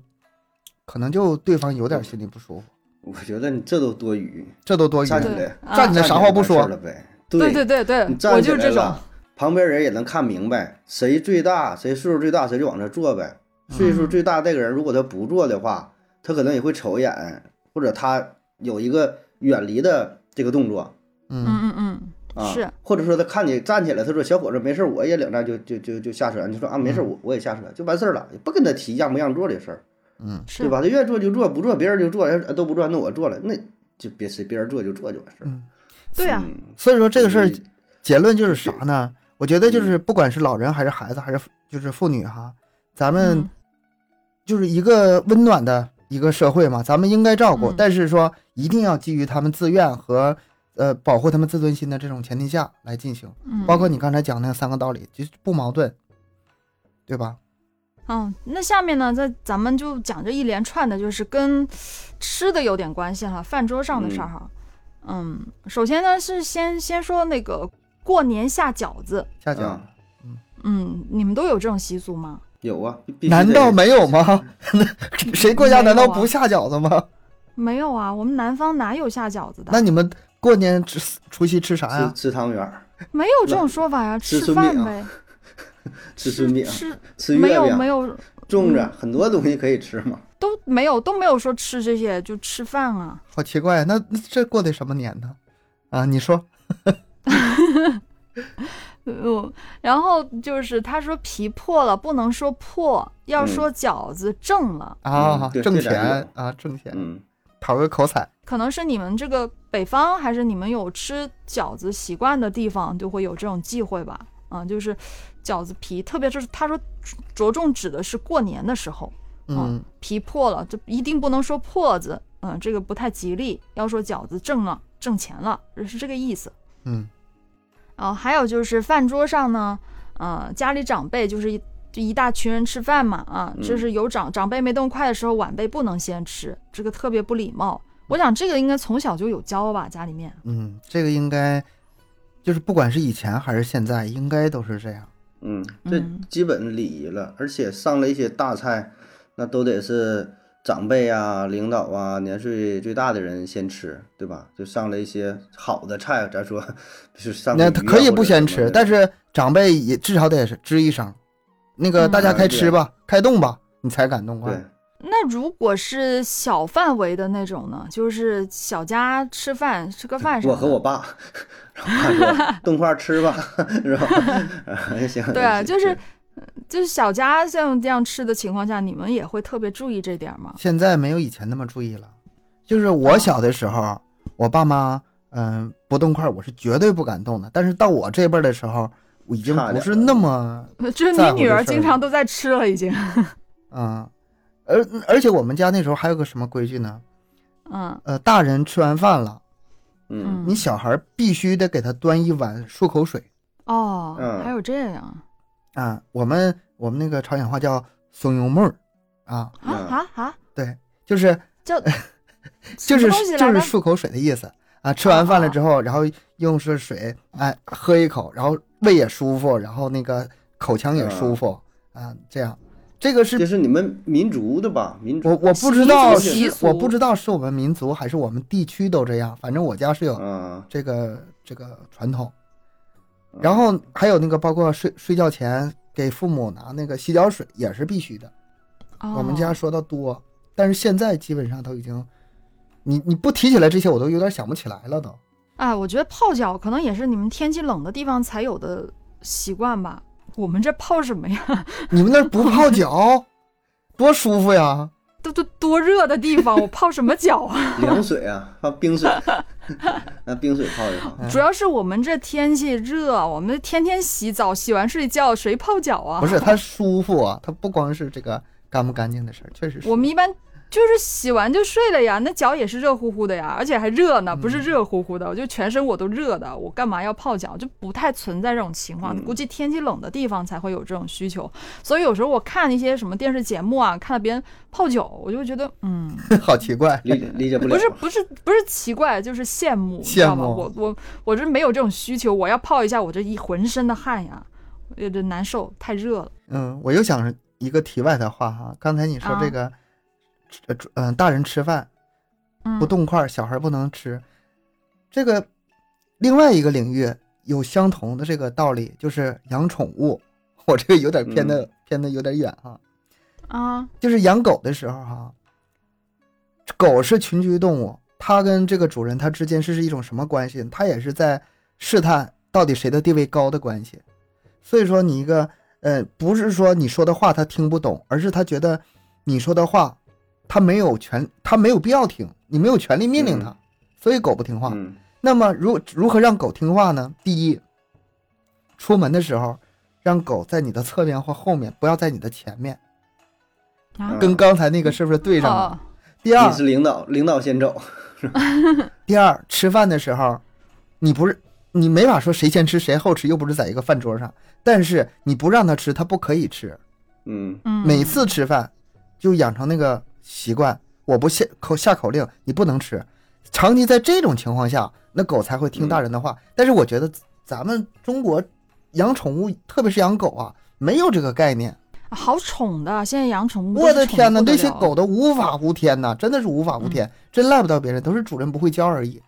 Speaker 3: 可能就对方有点心里不舒服，
Speaker 2: 我觉得你这都多余，
Speaker 3: 这都多余，
Speaker 2: 站起
Speaker 1: 对
Speaker 2: 来，
Speaker 1: 啊
Speaker 3: 站起来啥话不说
Speaker 2: 站起来完事儿了呗？
Speaker 1: 对对对对
Speaker 2: 你，站
Speaker 1: 我
Speaker 2: 起
Speaker 1: 就是
Speaker 2: 来
Speaker 1: 这种，
Speaker 2: 了旁边人也能看明白，谁最大，谁岁数最大，谁就往这坐呗。
Speaker 1: 嗯
Speaker 2: 岁数最大那个人，如果他不坐的话，他可能也会瞅一眼，或者他有一个远离的这个动作
Speaker 3: 嗯，
Speaker 1: 嗯嗯
Speaker 2: 啊，
Speaker 1: 是，
Speaker 2: 或者说他看你站起来，他说小伙子没事儿，我也领着就就就就下车，你就说啊没
Speaker 1: 嗯
Speaker 2: 事儿，我我也下车就完事儿了，也不跟他提让不让座的事儿，
Speaker 3: 嗯，
Speaker 1: 嗯
Speaker 2: 对
Speaker 1: 是，
Speaker 2: 吧？他愿做就做，不做别人就做，要是呃都不做那我做了，那就别谁别人做就做就完事儿。
Speaker 1: 对嗯啊，
Speaker 2: 嗯
Speaker 3: 所以说这个事儿
Speaker 2: 嗯
Speaker 3: 结论就是啥呢？我觉得就是不管是老人还是孩子还是就是妇女哈，咱们
Speaker 1: 嗯
Speaker 3: 就是一个温暖的一个社会嘛，咱们应该照顾，
Speaker 1: 嗯
Speaker 3: 但是说一定要基于他们自愿和呃保护他们自尊心的这种前提下来进行，
Speaker 1: 嗯
Speaker 3: 包括你刚才讲那三个道理，就是不矛盾，对吧？
Speaker 1: 嗯，那下面呢，在咱们就讲这一连串的，就是跟吃的有点关系哈，饭桌上的事儿哈。嗯首先呢是先先说那个过年下饺子，
Speaker 3: 下讲、
Speaker 2: 啊
Speaker 1: 嗯，你们都有这种习俗吗？
Speaker 2: 有啊，必必须
Speaker 3: 难
Speaker 2: 得
Speaker 3: 道没有吗？ [LAUGHS] 谁过家
Speaker 1: 没有
Speaker 3: 难道
Speaker 1: 啊
Speaker 3: 不下饺子吗？
Speaker 1: 没有啊，我们南方哪有下饺子的？
Speaker 3: 那你们过年吃除夕吃啥呀
Speaker 2: 吃？吃汤圆儿，
Speaker 1: 没有这种说法呀、
Speaker 2: 吃
Speaker 1: 吃
Speaker 2: 春
Speaker 1: 饭
Speaker 2: 饼啊
Speaker 1: 呗，
Speaker 2: [LAUGHS] 吃春饼，啊
Speaker 1: 吃
Speaker 2: 吃
Speaker 1: 没
Speaker 2: 月
Speaker 1: 有嗯
Speaker 2: 饼，啊
Speaker 1: 没有
Speaker 2: 粽子，很多东西可以吃嘛。
Speaker 1: 都没有都没有说吃这些，就吃饭啊。
Speaker 3: 好奇怪，那那这过的什么年呢？啊，你说，
Speaker 1: 嗯，然后就是他说皮破了不能说破，要
Speaker 2: 嗯
Speaker 1: 说饺子正了。
Speaker 3: 啊，
Speaker 2: 嗯对
Speaker 3: 挣
Speaker 2: 这俩
Speaker 3: 钱
Speaker 2: 有
Speaker 3: 啊，挣钱，
Speaker 2: 嗯，
Speaker 3: 讨个口彩。
Speaker 1: 可能是你们这个北方，还是你们有吃饺子习惯的地方，就会有这种忌讳吧？嗯啊，就是饺子皮，特别是他说着重指的是过年的时候，
Speaker 3: 嗯
Speaker 1: 皮破了，就一定不能说破字，嗯，这个不太吉利。要说饺子挣了，挣钱了，是这个意思。
Speaker 3: 嗯
Speaker 1: 啊、还有就是饭桌上呢，呃，家里长辈就是一就一大群人吃饭嘛，啊，
Speaker 3: 嗯
Speaker 1: 就是有长长辈没动筷的时候，晚辈不能先吃，这个特别不礼貌。我想这个应该从小就有教吧，家里面。
Speaker 3: 嗯，这个应该就是不管是以前还是现在，应该都是这样。
Speaker 2: 嗯，这
Speaker 1: 嗯
Speaker 2: 基本礼仪了，而且上了一些大菜，那都得是长辈啊、领导啊、年岁最大的人先吃，对吧？就上了一些好的菜，咱说就是上
Speaker 3: 那
Speaker 2: 个
Speaker 3: 他
Speaker 2: 鱼啊
Speaker 3: 可以不先
Speaker 2: 或者什么
Speaker 3: 吃，
Speaker 2: 的
Speaker 3: 但是长辈也至少得吱一声，那个
Speaker 1: 嗯
Speaker 3: 大家
Speaker 2: 啊
Speaker 3: 开
Speaker 2: 对
Speaker 3: 吃吧，开动吧，你才敢动筷
Speaker 2: 对。，
Speaker 1: 那如果是小范围的那种呢，就是小家吃饭吃个饭什么
Speaker 2: 我
Speaker 1: 的。
Speaker 2: 和我爸，然后我爸
Speaker 3: [LAUGHS]
Speaker 2: 说动块吃吧，是吧？ [LAUGHS] 啊行，
Speaker 1: 对啊，
Speaker 2: 行
Speaker 1: 就是就是小家像这样吃的情况下，你们也会特别注意这点吗？ [LAUGHS]
Speaker 3: 现在没有以前那么注意了，就是
Speaker 2: 啊
Speaker 3: 我小的时候，我爸妈嗯不动筷，我是绝对不敢动的。但是到我这辈儿的时候，我已经
Speaker 2: 差
Speaker 3: 不
Speaker 2: 点
Speaker 3: 是
Speaker 2: 儿
Speaker 3: 那么
Speaker 1: 就是
Speaker 3: 在
Speaker 1: 你
Speaker 3: 乎
Speaker 1: 女
Speaker 3: 这
Speaker 1: 儿
Speaker 3: 事儿
Speaker 1: 经常都在吃了，已经。
Speaker 3: 嗯，而而且我们家那时候还有个什么规矩呢？
Speaker 1: 嗯
Speaker 3: 呃，大人吃完饭了，
Speaker 2: 嗯
Speaker 1: 嗯，
Speaker 3: 你小孩儿必须得给他端一碗漱口水
Speaker 1: 哦，
Speaker 2: 嗯
Speaker 1: 还有这样
Speaker 3: 啊。我们我们那个朝鲜话叫“松油沫儿”啊，
Speaker 1: 啊啊啊！
Speaker 3: 对，就是
Speaker 1: 叫
Speaker 3: 就
Speaker 1: 什
Speaker 3: 是
Speaker 1: 么东西
Speaker 3: 就
Speaker 1: 来
Speaker 3: 是
Speaker 1: 着
Speaker 3: 漱口水的意思啊。吃完饭了
Speaker 1: 啊
Speaker 3: 之后，然后用是水，哎，喝一口，然后胃也舒服，然后那个口腔也舒服啊。这样，这个是
Speaker 2: 这是你们民族的吧？民
Speaker 3: 我
Speaker 2: 族
Speaker 3: 我不知
Speaker 1: 民
Speaker 3: 道
Speaker 1: 族
Speaker 3: 是
Speaker 1: 习
Speaker 3: 我不
Speaker 1: 俗
Speaker 3: 知道是我们民族还是我们地区都这样，反正我家是有
Speaker 2: 啊，
Speaker 3: 这个这个传统。
Speaker 2: 嗯
Speaker 3: 然后还有那个包括睡睡觉前给父母拿那个洗脚水也是必须的。我们家
Speaker 1: 哦
Speaker 3: 说的多，但是现在基本上都已经，你你不提起来这些，我都有点想不起来了都。
Speaker 1: 哎，我觉得泡脚可能也是你们天气冷的地方才有的习惯吧。我们这泡什么呀？ [LAUGHS]
Speaker 3: 你们那儿不泡脚，多舒服呀！
Speaker 1: 都都多热的地方，我泡什么脚
Speaker 3: [LAUGHS]
Speaker 1: 啊？
Speaker 2: 凉水啊，放冰水， [LAUGHS] 拿冰水泡一
Speaker 3: [LAUGHS]
Speaker 2: 泡。
Speaker 1: 主要是我们这天气热，我们天天洗澡，洗完睡觉，谁泡脚啊？
Speaker 3: 不是它舒服啊，它不光是这个干不干净的事儿，确实是。
Speaker 1: 我们一般就是洗完就睡了呀，那脚也是热乎乎的呀，而且还热呢，不是热乎乎的，我就全身我都热的，我干嘛要泡脚？就不太存在这种情况，
Speaker 2: 嗯
Speaker 1: 估计天气冷的地方才会有这种需求。所以有时候我看一些什么电视节目啊，看到别人泡脚，我就觉得嗯，
Speaker 3: [LAUGHS] 好奇怪，
Speaker 2: 理解理解不了，啊
Speaker 1: 不是不是不是奇怪，就是羡慕，你知道吗？
Speaker 3: 羡慕
Speaker 1: 我我我这没有这种需求，我要泡一下我这一浑身的汗呀，我有点难受，太热了。
Speaker 3: 嗯，我又想一个题外的话哈，刚才你说这
Speaker 1: 啊
Speaker 3: 个，呃，嗯、大人吃饭
Speaker 1: 嗯，
Speaker 3: 不动筷儿，小孩儿不能吃，这个另外一个领域有相同的这个道理，就是养宠物。我这个有点偏的、偏的有点远哈，
Speaker 1: 啊，
Speaker 3: 就是养狗的时候哈，狗是群居动物，它跟这个主人它之间是是一种什么关系？它也是在试探到底谁的地位高的关系。所以说，你一个呃，不是说你说的话它听不懂，而是它觉得你说的话它没有权，它没有必要听，你没有权利命令它，所以狗不听话。
Speaker 2: 嗯
Speaker 3: 那么如如何让狗听话呢？第一，出门的时候让狗在你的侧面或后面，不要在你的前面。
Speaker 1: 啊
Speaker 3: 跟刚才那个是不是对上了？
Speaker 1: 好，
Speaker 3: 第
Speaker 2: 你
Speaker 3: 二，
Speaker 2: 是领导，领导先走。
Speaker 3: 第二，吃饭的时候，你不是你没法说谁先吃谁后吃，又不是在一个饭桌上。但是你不让他吃，他不可以吃。
Speaker 2: 嗯，
Speaker 1: 嗯，
Speaker 3: 每次吃饭就养成那个习惯，我不下口下口令，你不能吃。长期在这种情况下，那狗才会
Speaker 2: 嗯
Speaker 3: 听大人的话。但是我觉得咱们中国养宠物，特别是养狗啊，没有这个概念。
Speaker 1: 啊好宠的，现在养宠物都
Speaker 3: 我
Speaker 1: 是
Speaker 3: 的
Speaker 1: 宠
Speaker 3: 天
Speaker 1: 不
Speaker 3: 呐，
Speaker 1: 得
Speaker 3: 这些
Speaker 1: 了嗯
Speaker 3: 狗都无法无天呐，真的是无法无天，真赖不到别人，都是主人不会教而已。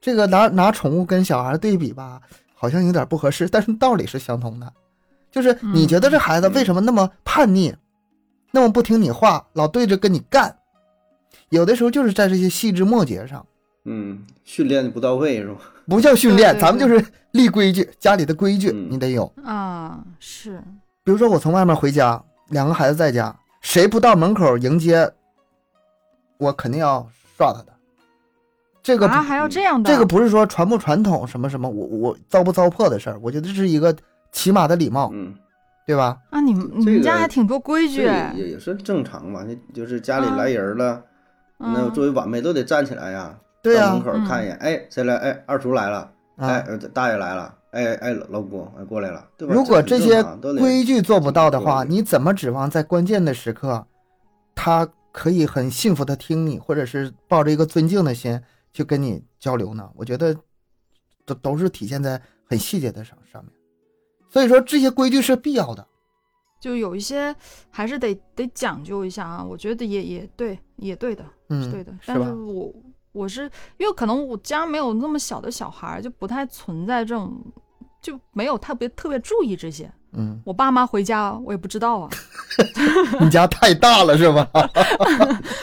Speaker 3: 这个拿拿宠物跟小孩对比吧，好像有点不合适，但是道理是相同的。就是你
Speaker 1: 嗯
Speaker 3: 觉得这孩子
Speaker 2: 嗯
Speaker 3: 为什么那么叛逆，那么不听你话，老对着跟你干，有的时候就是在这些细枝末节上，
Speaker 2: 嗯，训练不到位是吧？
Speaker 3: 不叫训练，
Speaker 1: 对对
Speaker 3: 咱们就是立规矩，家里的规矩
Speaker 2: 嗯
Speaker 3: 你得有。
Speaker 1: 啊，是，
Speaker 3: 比如说我从外面回家，两个孩子在家，谁不到门口迎接，我肯定要刷他的。这个不、
Speaker 1: 啊，还要这样的，
Speaker 3: 这个不是说哦传不传统什么什么，我我糟不糟粕的事儿，我觉得这是一个起码的礼貌。
Speaker 2: 嗯
Speaker 3: 对吧？
Speaker 1: 啊，你们你
Speaker 2: 这
Speaker 1: 们
Speaker 2: 个
Speaker 1: 家还挺多规矩
Speaker 2: 这
Speaker 1: 哎，
Speaker 2: 也也是正常嘛，那就是家里来人了，那
Speaker 1: 嗯
Speaker 2: 作为晚辈都得站起来呀，
Speaker 3: 啊对呀、
Speaker 2: 到门口看一眼，哎，谁来？哎，二叔来了，
Speaker 3: 啊
Speaker 2: 哎，呃大爷来了，哎哎，老公，哎过来了，对吧？
Speaker 3: 如果
Speaker 2: 这
Speaker 3: 这
Speaker 2: 很
Speaker 3: 些
Speaker 2: 正常都得
Speaker 3: 规矩做不到的话，
Speaker 2: 这个
Speaker 3: 你怎么指望在关键的时刻，他可以很信服的听你，或者是抱着一个尊敬的心去跟你交流呢？我觉得都都是体现在很细节的上上面。所以说这些规矩是必要的。
Speaker 1: 就有一些还是得得讲究一下啊。我觉得也也对，也对的，
Speaker 3: 嗯，
Speaker 1: 是对的。
Speaker 3: 是
Speaker 1: 但是
Speaker 3: 吧？
Speaker 1: 我我是因为可能我家没有那么小的小孩儿，就不太存在这种，就没有特别特别注意这些。
Speaker 3: 嗯，
Speaker 1: 我爸妈回家我也不知道啊， [LAUGHS]
Speaker 3: 你家太大了是吧？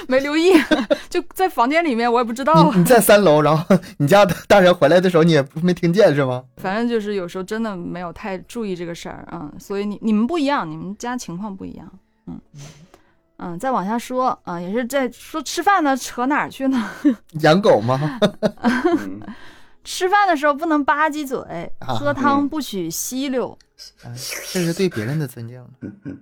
Speaker 1: 没留意， [LAUGHS] 就在房间里面我也不知道啊
Speaker 3: 你。你在三楼，然后你家大人回来的时候你也没听见是吗？
Speaker 1: 反正就是有时候真的没有太注意这个事儿，嗯，所以你你们不一样，你们家情况不一样，嗯嗯，再往下说啊、也是在说吃饭呢，扯哪儿去呢？ [LAUGHS]
Speaker 3: 养狗吗？
Speaker 2: 嗯
Speaker 1: 吃饭的时候不能吧唧嘴，
Speaker 3: 啊
Speaker 1: 喝汤
Speaker 2: 嗯
Speaker 1: 不许吸溜。
Speaker 3: 哎这是对别人的尊敬了，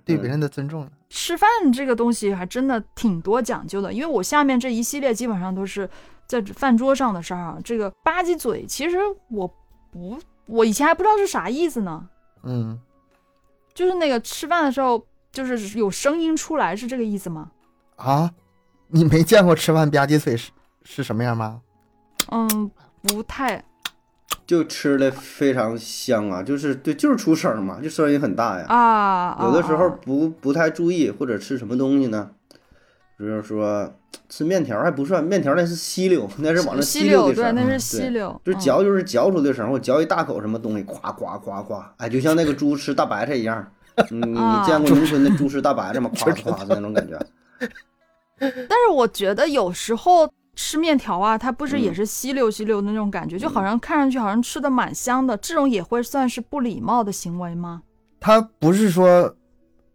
Speaker 3: 对别人的尊重了。
Speaker 1: 吃饭这个东西还真的挺多讲究的，因为我下面这一系列基本上都是在饭桌上的事儿啊。这个吧唧嘴，其实我不，我以前还不知道是啥意思呢，
Speaker 3: 嗯，
Speaker 1: 就是那个吃饭的时候，就是有声音出来，是这个意思吗？
Speaker 3: 啊，你没见过吃饭吧唧嘴是是什么样吗？
Speaker 1: 嗯，不太，
Speaker 2: 就吃的非常香啊，就是对，就是出声儿嘛，就声音很大呀。
Speaker 1: 啊，
Speaker 2: 嗯有的时候
Speaker 1: 啊
Speaker 2: 不不太注意，或者吃什么东西呢？比如说吃面条还不算，面条那是吸溜，那是往那
Speaker 1: 吸
Speaker 2: 溜
Speaker 1: 溜，
Speaker 2: 的声
Speaker 1: 对，
Speaker 2: 儿，
Speaker 1: 那
Speaker 3: 嗯
Speaker 1: 是
Speaker 3: 对
Speaker 1: 吸溜，
Speaker 2: 就
Speaker 1: 嗯
Speaker 2: 嚼就是嚼出的声儿。我嚼一大口什么东西，咵咵咵咵，哎，就像那个猪吃大白菜一样。嗯，
Speaker 1: 啊
Speaker 2: 你见过农村的猪吃大白菜吗？咵
Speaker 1: [LAUGHS]
Speaker 2: 咵的那种感觉。
Speaker 1: 但是我觉得有时候吃面条啊，它不是也
Speaker 2: 嗯
Speaker 1: 是吸溜吸溜的那种感觉，就好像看上去好像吃的蛮香的，这种也会算是不礼貌的行为吗？
Speaker 3: 他不是说，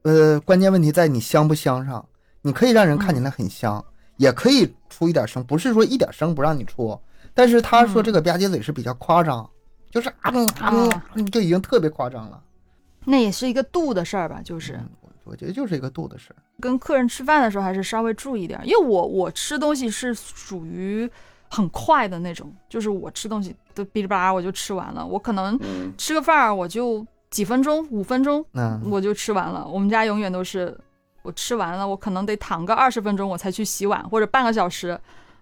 Speaker 3: 呃，关键问题在你香不香上。你可以让人看
Speaker 1: 嗯
Speaker 3: 起来很香，也可以出一点声，不是说一点声不让你出。但是他
Speaker 1: 嗯
Speaker 3: 说这个吧唧嘴是比较夸张，就是啊嗯啊嗯
Speaker 1: 啊
Speaker 3: 嗯就已经特别夸张了。
Speaker 1: 那也是一个度的事儿吧，就是
Speaker 3: 嗯，我我觉得就是一个度的事儿。
Speaker 1: 跟客人吃饭的时候还是稍微注意点儿，因为我我吃东西是属于很快的那种，就是我吃东西都哔哩吧啦我就吃完了，我可能
Speaker 2: 嗯，
Speaker 1: 吃个饭儿我就几分钟五分钟
Speaker 3: 嗯，
Speaker 1: 我就吃完了。我们家永远都是我吃完了，我可能得躺个二十分钟我才去洗碗，或者半个小时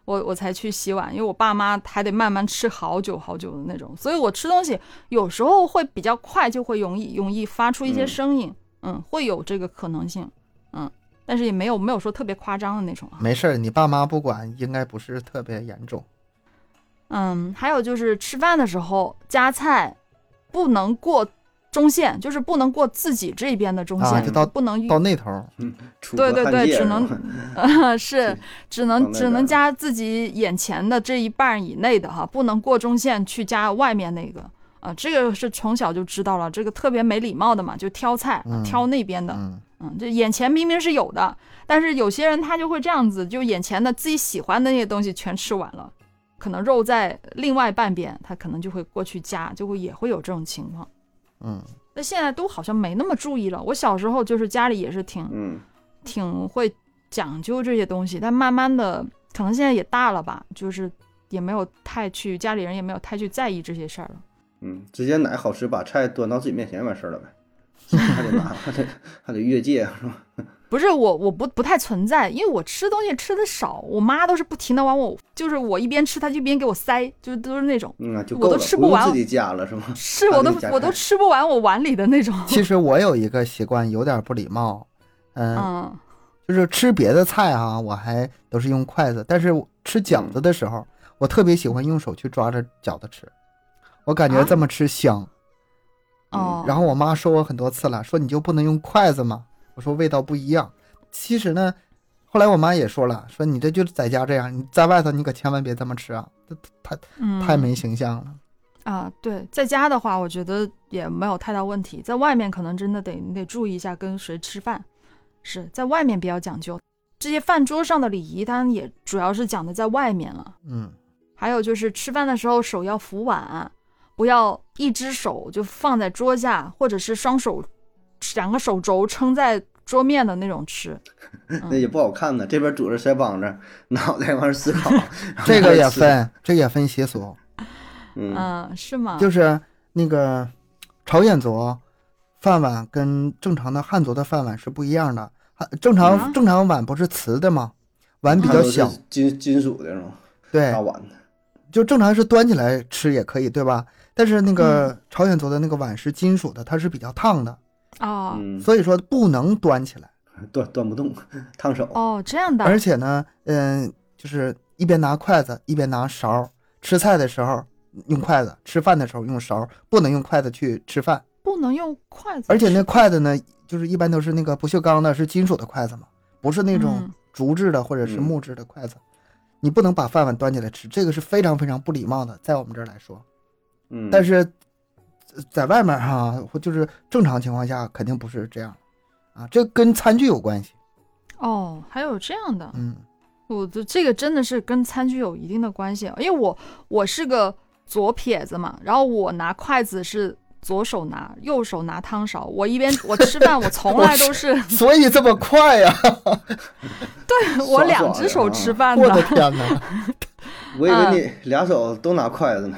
Speaker 1: 我我才去洗碗，因为我爸妈还得慢慢吃好久好久的那种，所以我吃东西有时候会比较快，就会容易容易发出一些
Speaker 2: 嗯
Speaker 1: 声音，嗯会有这个可能性，嗯，但是也没有没有说特别夸张的那种啊。
Speaker 3: 没事儿，你爸妈不管，应该不是特别严重。
Speaker 1: 嗯，还有就是吃饭的时候夹菜不能过中线，就是不能过自己这边的中
Speaker 3: 啊
Speaker 1: 线，
Speaker 3: 就到
Speaker 1: 不能
Speaker 3: 到那头儿，
Speaker 2: 楚
Speaker 1: 对
Speaker 2: 河
Speaker 1: 对
Speaker 2: 汉
Speaker 1: 对
Speaker 2: 界
Speaker 1: 只
Speaker 2: 是
Speaker 1: 能
Speaker 2: 吧
Speaker 1: 啊， [LAUGHS] 是只
Speaker 2: 放
Speaker 1: 能
Speaker 2: 那
Speaker 1: 只能
Speaker 2: 边
Speaker 1: 加自己眼前的这一半以内的哈，不能过中线去加外面那个啊，这个是从小就知道了，这个特别没礼貌的嘛，就挑菜、啊
Speaker 3: 嗯
Speaker 1: 挑那边的，
Speaker 3: 嗯，
Speaker 1: 嗯，就眼前明明是有的，但是有些人他就会这样子，就眼前的自己喜欢的那些东西全吃完了，可能肉在另外半边，他可能就会过去加，就会也会有这种情况。
Speaker 3: 嗯，
Speaker 1: 那现在都好像没那么注意了，我小时候就是家里也是挺
Speaker 2: 嗯，
Speaker 1: 挺会讲究这些东西，但慢慢的，可能现在也大了吧，就是也没有太去家里人也没有太去在意这些事儿了。
Speaker 2: 嗯，直接奶好吃，把菜端到自己面前完事儿了呗， [LAUGHS] 还得拿， [LAUGHS] 还得还得越界是吧？
Speaker 1: 不是我，我不不太存在，因为我吃东西吃的少，我妈都是不停的往我，就是我一边吃她就一边给我塞，就都是那种，
Speaker 2: 嗯啊，就
Speaker 1: 我
Speaker 2: 够
Speaker 1: 都
Speaker 2: 了，
Speaker 1: 吃
Speaker 2: 不
Speaker 1: 不
Speaker 2: 用
Speaker 1: 完
Speaker 2: 自己夹了是吗？
Speaker 1: 是
Speaker 2: 她
Speaker 1: 我
Speaker 2: 给
Speaker 1: 都
Speaker 2: 你夹
Speaker 1: 我都
Speaker 2: 菜
Speaker 1: 吃不完我碗里的那种。
Speaker 3: 其实我有一个习惯，有点不礼貌。嗯，
Speaker 1: 嗯
Speaker 3: 就是吃别的菜啊，我还都是用筷子，但是我吃饺子的时候，我特别喜欢用手去抓着饺子吃，我感觉
Speaker 1: 啊
Speaker 3: 这么吃香。
Speaker 2: 嗯
Speaker 1: 哦，
Speaker 3: 然后我妈说我很多次了，说你就不能用筷子吗？我说味道不一样。其实呢，后来我妈也说了，说你这就在家这样，你在外头你可千万别这么吃啊，
Speaker 1: 嗯
Speaker 3: 太没形象了。
Speaker 1: 啊，对，在家的话，我觉得也没有太大问题。在外面可能真的得你得注意一下跟谁吃饭，是在外面比较讲究。这些饭桌上的礼仪，当然也主要是讲的在外面了。
Speaker 3: 嗯，，
Speaker 1: 还有就是吃饭的时候手要扶碗，不要一只手就放在桌下，或者是双手两个手肘撑在桌面的那种吃。
Speaker 2: 那也不好看呢。这边拄着腮帮子，脑袋往上思考
Speaker 3: 这个也分，这个也分习俗，
Speaker 2: 嗯，
Speaker 1: 嗯，是吗？
Speaker 3: 就是那个朝鲜族饭碗跟正常的汉族的饭碗是不一样的。汉正
Speaker 1: 啊
Speaker 3: 常正常碗不是瓷的吗？碗比较
Speaker 2: 它都是
Speaker 3: 小，
Speaker 2: 金金属的那种
Speaker 3: 对
Speaker 2: 大，碗的，
Speaker 3: 就正常是端起来吃也可以，对吧？但是那个朝鲜族的那个碗是金属的，它是比较烫的，
Speaker 1: 哦
Speaker 2: 嗯，
Speaker 3: 所以说不能端起来。
Speaker 2: 端端不动，烫手。
Speaker 1: 哦，这样的。
Speaker 3: 而且呢，嗯，就是一边拿筷子一边拿勺儿，吃菜的时候用筷子，吃饭的时候用勺儿，不能用筷子去吃饭。
Speaker 1: 不能用筷子吃，
Speaker 3: 而且那筷子呢，就是一般都是那个不锈钢的，是金属的筷子嘛，不是那种
Speaker 1: 嗯
Speaker 3: 竹制的或者是
Speaker 2: 嗯
Speaker 3: 木质的筷子。你不能把饭碗端起来吃，这个是非常非常不礼貌的，在我们这儿来说。
Speaker 2: 嗯，
Speaker 3: 但是呃在外面哈、或就是正常情况下肯定不是这样啊，这跟餐具有关系。
Speaker 1: 哦，还有这样的，
Speaker 3: 嗯
Speaker 1: 我这这个真的是跟餐具有一定的关系，啊因为我我是个左撇子嘛，然后我拿筷子是左手拿，右手拿汤勺，我一边我吃饭我从来都是
Speaker 3: 所以这么快呀、
Speaker 2: [LAUGHS]
Speaker 1: 对我
Speaker 2: 爽
Speaker 1: 两
Speaker 2: 爽
Speaker 1: 只
Speaker 2: 的
Speaker 1: 手
Speaker 2: 啊
Speaker 1: 吃饭
Speaker 3: 我的
Speaker 1: 的，
Speaker 3: 天哪！
Speaker 2: 我以为你俩手都拿筷子呢，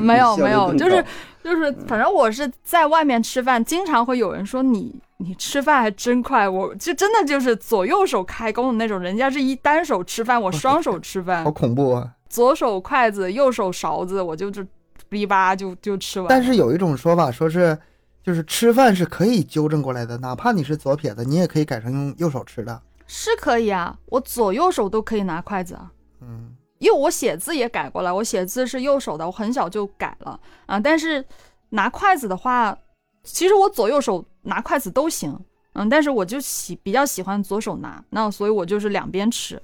Speaker 1: 没有
Speaker 2: 效率
Speaker 1: 没有，
Speaker 2: 更
Speaker 1: 就是
Speaker 2: 高嗯
Speaker 1: 就是，反正我是在外面吃饭，经常会有人说你你吃饭还真快，我就真的就是左右手开弓的那种，人家是一单手吃饭，我双手吃饭
Speaker 2: [LAUGHS]
Speaker 3: 好，恐怖啊！
Speaker 1: 左手筷子，右手勺子，我就就哔吧就就吃完。
Speaker 3: [LAUGHS] 但是有一种说法说是，就是吃饭是可以纠正过来的，哪怕你是左撇子，你也可以改成用右手吃的。
Speaker 1: 是可以啊，我左右手都可以拿筷子啊，
Speaker 3: 嗯，
Speaker 1: 因为我写字也改过来，我写字是右手的，我很小就改了啊。但是拿筷子的话，其实我左右手拿筷子都行，嗯，但是我就喜比较喜欢左手拿，那所以我就是两边吃。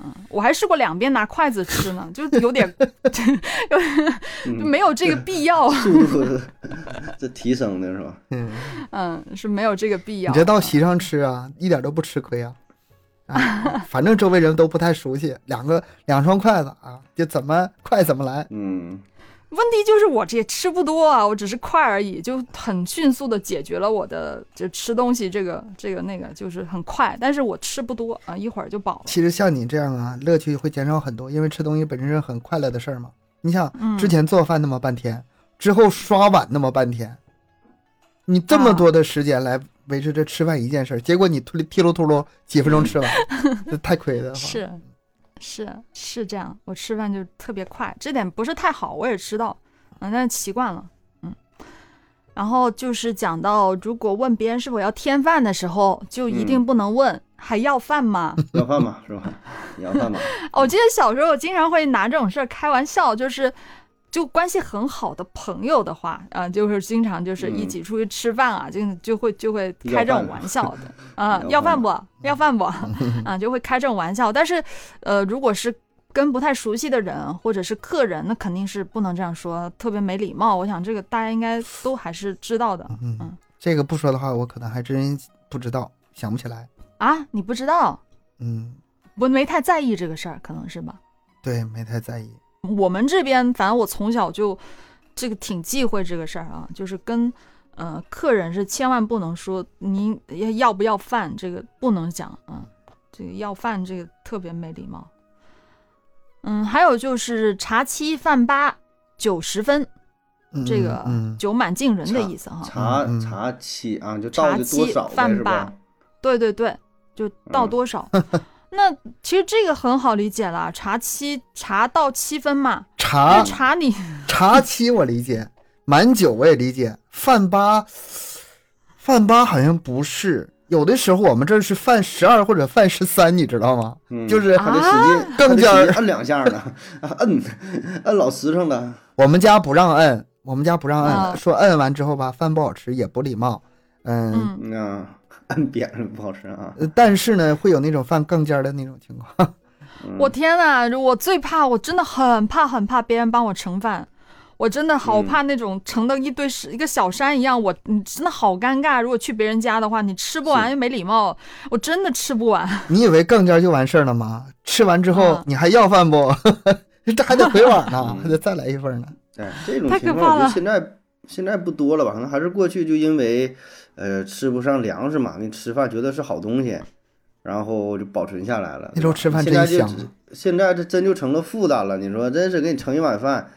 Speaker 1: 嗯，我还试过两边拿筷子吃呢，就有
Speaker 3: [LAUGHS]
Speaker 1: 点
Speaker 2: 嗯
Speaker 1: 没有这个必要，
Speaker 2: 速度这提升的是吧？
Speaker 3: 嗯，
Speaker 1: 嗯，是没有这个必要。
Speaker 3: 你这到席上吃啊，一点都不吃亏啊。啊 [LAUGHS] 反正周围人都不太熟悉，两个两双筷子啊，就怎么快怎么来。
Speaker 2: 嗯，
Speaker 1: 问题就是我这也吃不多啊，我只是快而已，就很迅速的解决了我的就吃东西这个这个那个，就是很快，但是我吃不多啊，一会儿就饱了。
Speaker 3: 其实像你这样啊，乐趣会减少很多，因为吃东西本身是很快乐的事儿嘛。你想，
Speaker 1: 嗯，
Speaker 3: 之前做饭那么半天，之后刷碗那么半天，你这么多的时间来维持这吃饭一件事儿，结果你秃噜噜秃噜几分钟吃完，这太亏了。
Speaker 1: 是是是这样，我吃饭就特别快，这点不是太好，我也知道，嗯，但是习惯了，嗯。然后就是讲到，如果问别人是否要添饭的时候，就一定不能问、还要饭吗？
Speaker 2: 要饭嘛是吧？你要饭嘛？
Speaker 1: 哦我记得小时候我经常会拿这种事儿开玩笑，就是就关系很好的朋友的话，啊、就是经常就是一起出去吃饭啊，就就会就会开这种玩笑 [LAUGHS] 的，啊、要
Speaker 2: 要饭
Speaker 1: 饭不？ [LAUGHS] 要饭不？啊、就会开这种玩笑。但是，呃，如果是跟不太熟悉的人或者是客人，那肯定是不能这样说，特别没礼貌。我想这个大家应该都还是知道的
Speaker 3: 嗯，这个不说的话，我可能还真不知道，想不起来。
Speaker 1: 啊，你不知道，
Speaker 3: 嗯，
Speaker 1: 我没太在意这个事儿，可能是吧。
Speaker 3: 对，没太在意。
Speaker 1: 我们这边，反正我从小就这个挺忌讳这个事儿啊，就是跟呃客人是千万不能说您要要不要饭，这个不能讲啊，这个要饭这个特别没礼貌。嗯，还有就是茶七饭八九十分，
Speaker 3: 嗯
Speaker 1: 这个
Speaker 3: 嗯，
Speaker 1: 酒满敬人的意思哈、
Speaker 2: 茶
Speaker 3: 嗯嗯
Speaker 2: 茶七啊，就
Speaker 1: 茶
Speaker 2: 倒的多
Speaker 1: 七
Speaker 2: 少呗
Speaker 1: 饭
Speaker 2: 是
Speaker 1: 吧
Speaker 2: 吧？
Speaker 1: 对对对，就到
Speaker 2: 嗯
Speaker 1: 多
Speaker 3: [LAUGHS]
Speaker 1: 少。那其实这个很好理解了，茶七茶到七分嘛，那
Speaker 3: 茶
Speaker 1: 茶你
Speaker 3: 茶七我理解，满九我也理解，饭八，饭八好像不是。有的时候我们这儿是饭十二或者饭十三，你知道吗？
Speaker 2: 嗯
Speaker 3: 就是
Speaker 2: 还得使劲，
Speaker 3: 更
Speaker 2: 还得
Speaker 3: 加
Speaker 2: 使劲摁两下呢， [LAUGHS] 啊摁摁老实诚了。
Speaker 3: 我们家不让摁，我们家不让摁，
Speaker 1: 啊
Speaker 3: 说摁完之后吧，饭不好吃也不礼貌。嗯，
Speaker 1: 嗯
Speaker 2: 嗯啊，摁扁了不好吃啊。
Speaker 3: 呃但是呢，会有那种饭杠尖儿的那种
Speaker 1: [LAUGHS]
Speaker 3: 情况。
Speaker 2: 嗯
Speaker 1: 我天呐，我最怕，我真的很怕很怕别人帮我盛饭，我真的好怕那种盛的一堆是一个小山一样，我你真的好尴尬。如果去别人家的话，你吃不完
Speaker 2: 是
Speaker 1: 又没礼貌，我真的吃不完。
Speaker 3: [LAUGHS] 你以为杠尖儿就完事儿了吗？吃完之后
Speaker 1: 啊
Speaker 3: 你还要 [LAUGHS] 饭不？这还得回碗呢，
Speaker 2: 嗯
Speaker 3: 还得再来一份呢。
Speaker 2: 哎，这种
Speaker 1: 太可
Speaker 2: 情
Speaker 1: 怕
Speaker 2: 况我觉
Speaker 1: 了
Speaker 2: 得现在现在不多了吧？可能还是过去就因为，呃，吃不上粮食嘛，那吃饭觉得是好东西，然后就保存下来了。
Speaker 3: 那时候吃饭
Speaker 2: 现
Speaker 3: 真
Speaker 2: 在就
Speaker 3: 香啊，
Speaker 2: 现在这真就成了负担了。你说真是给你盛一碗饭，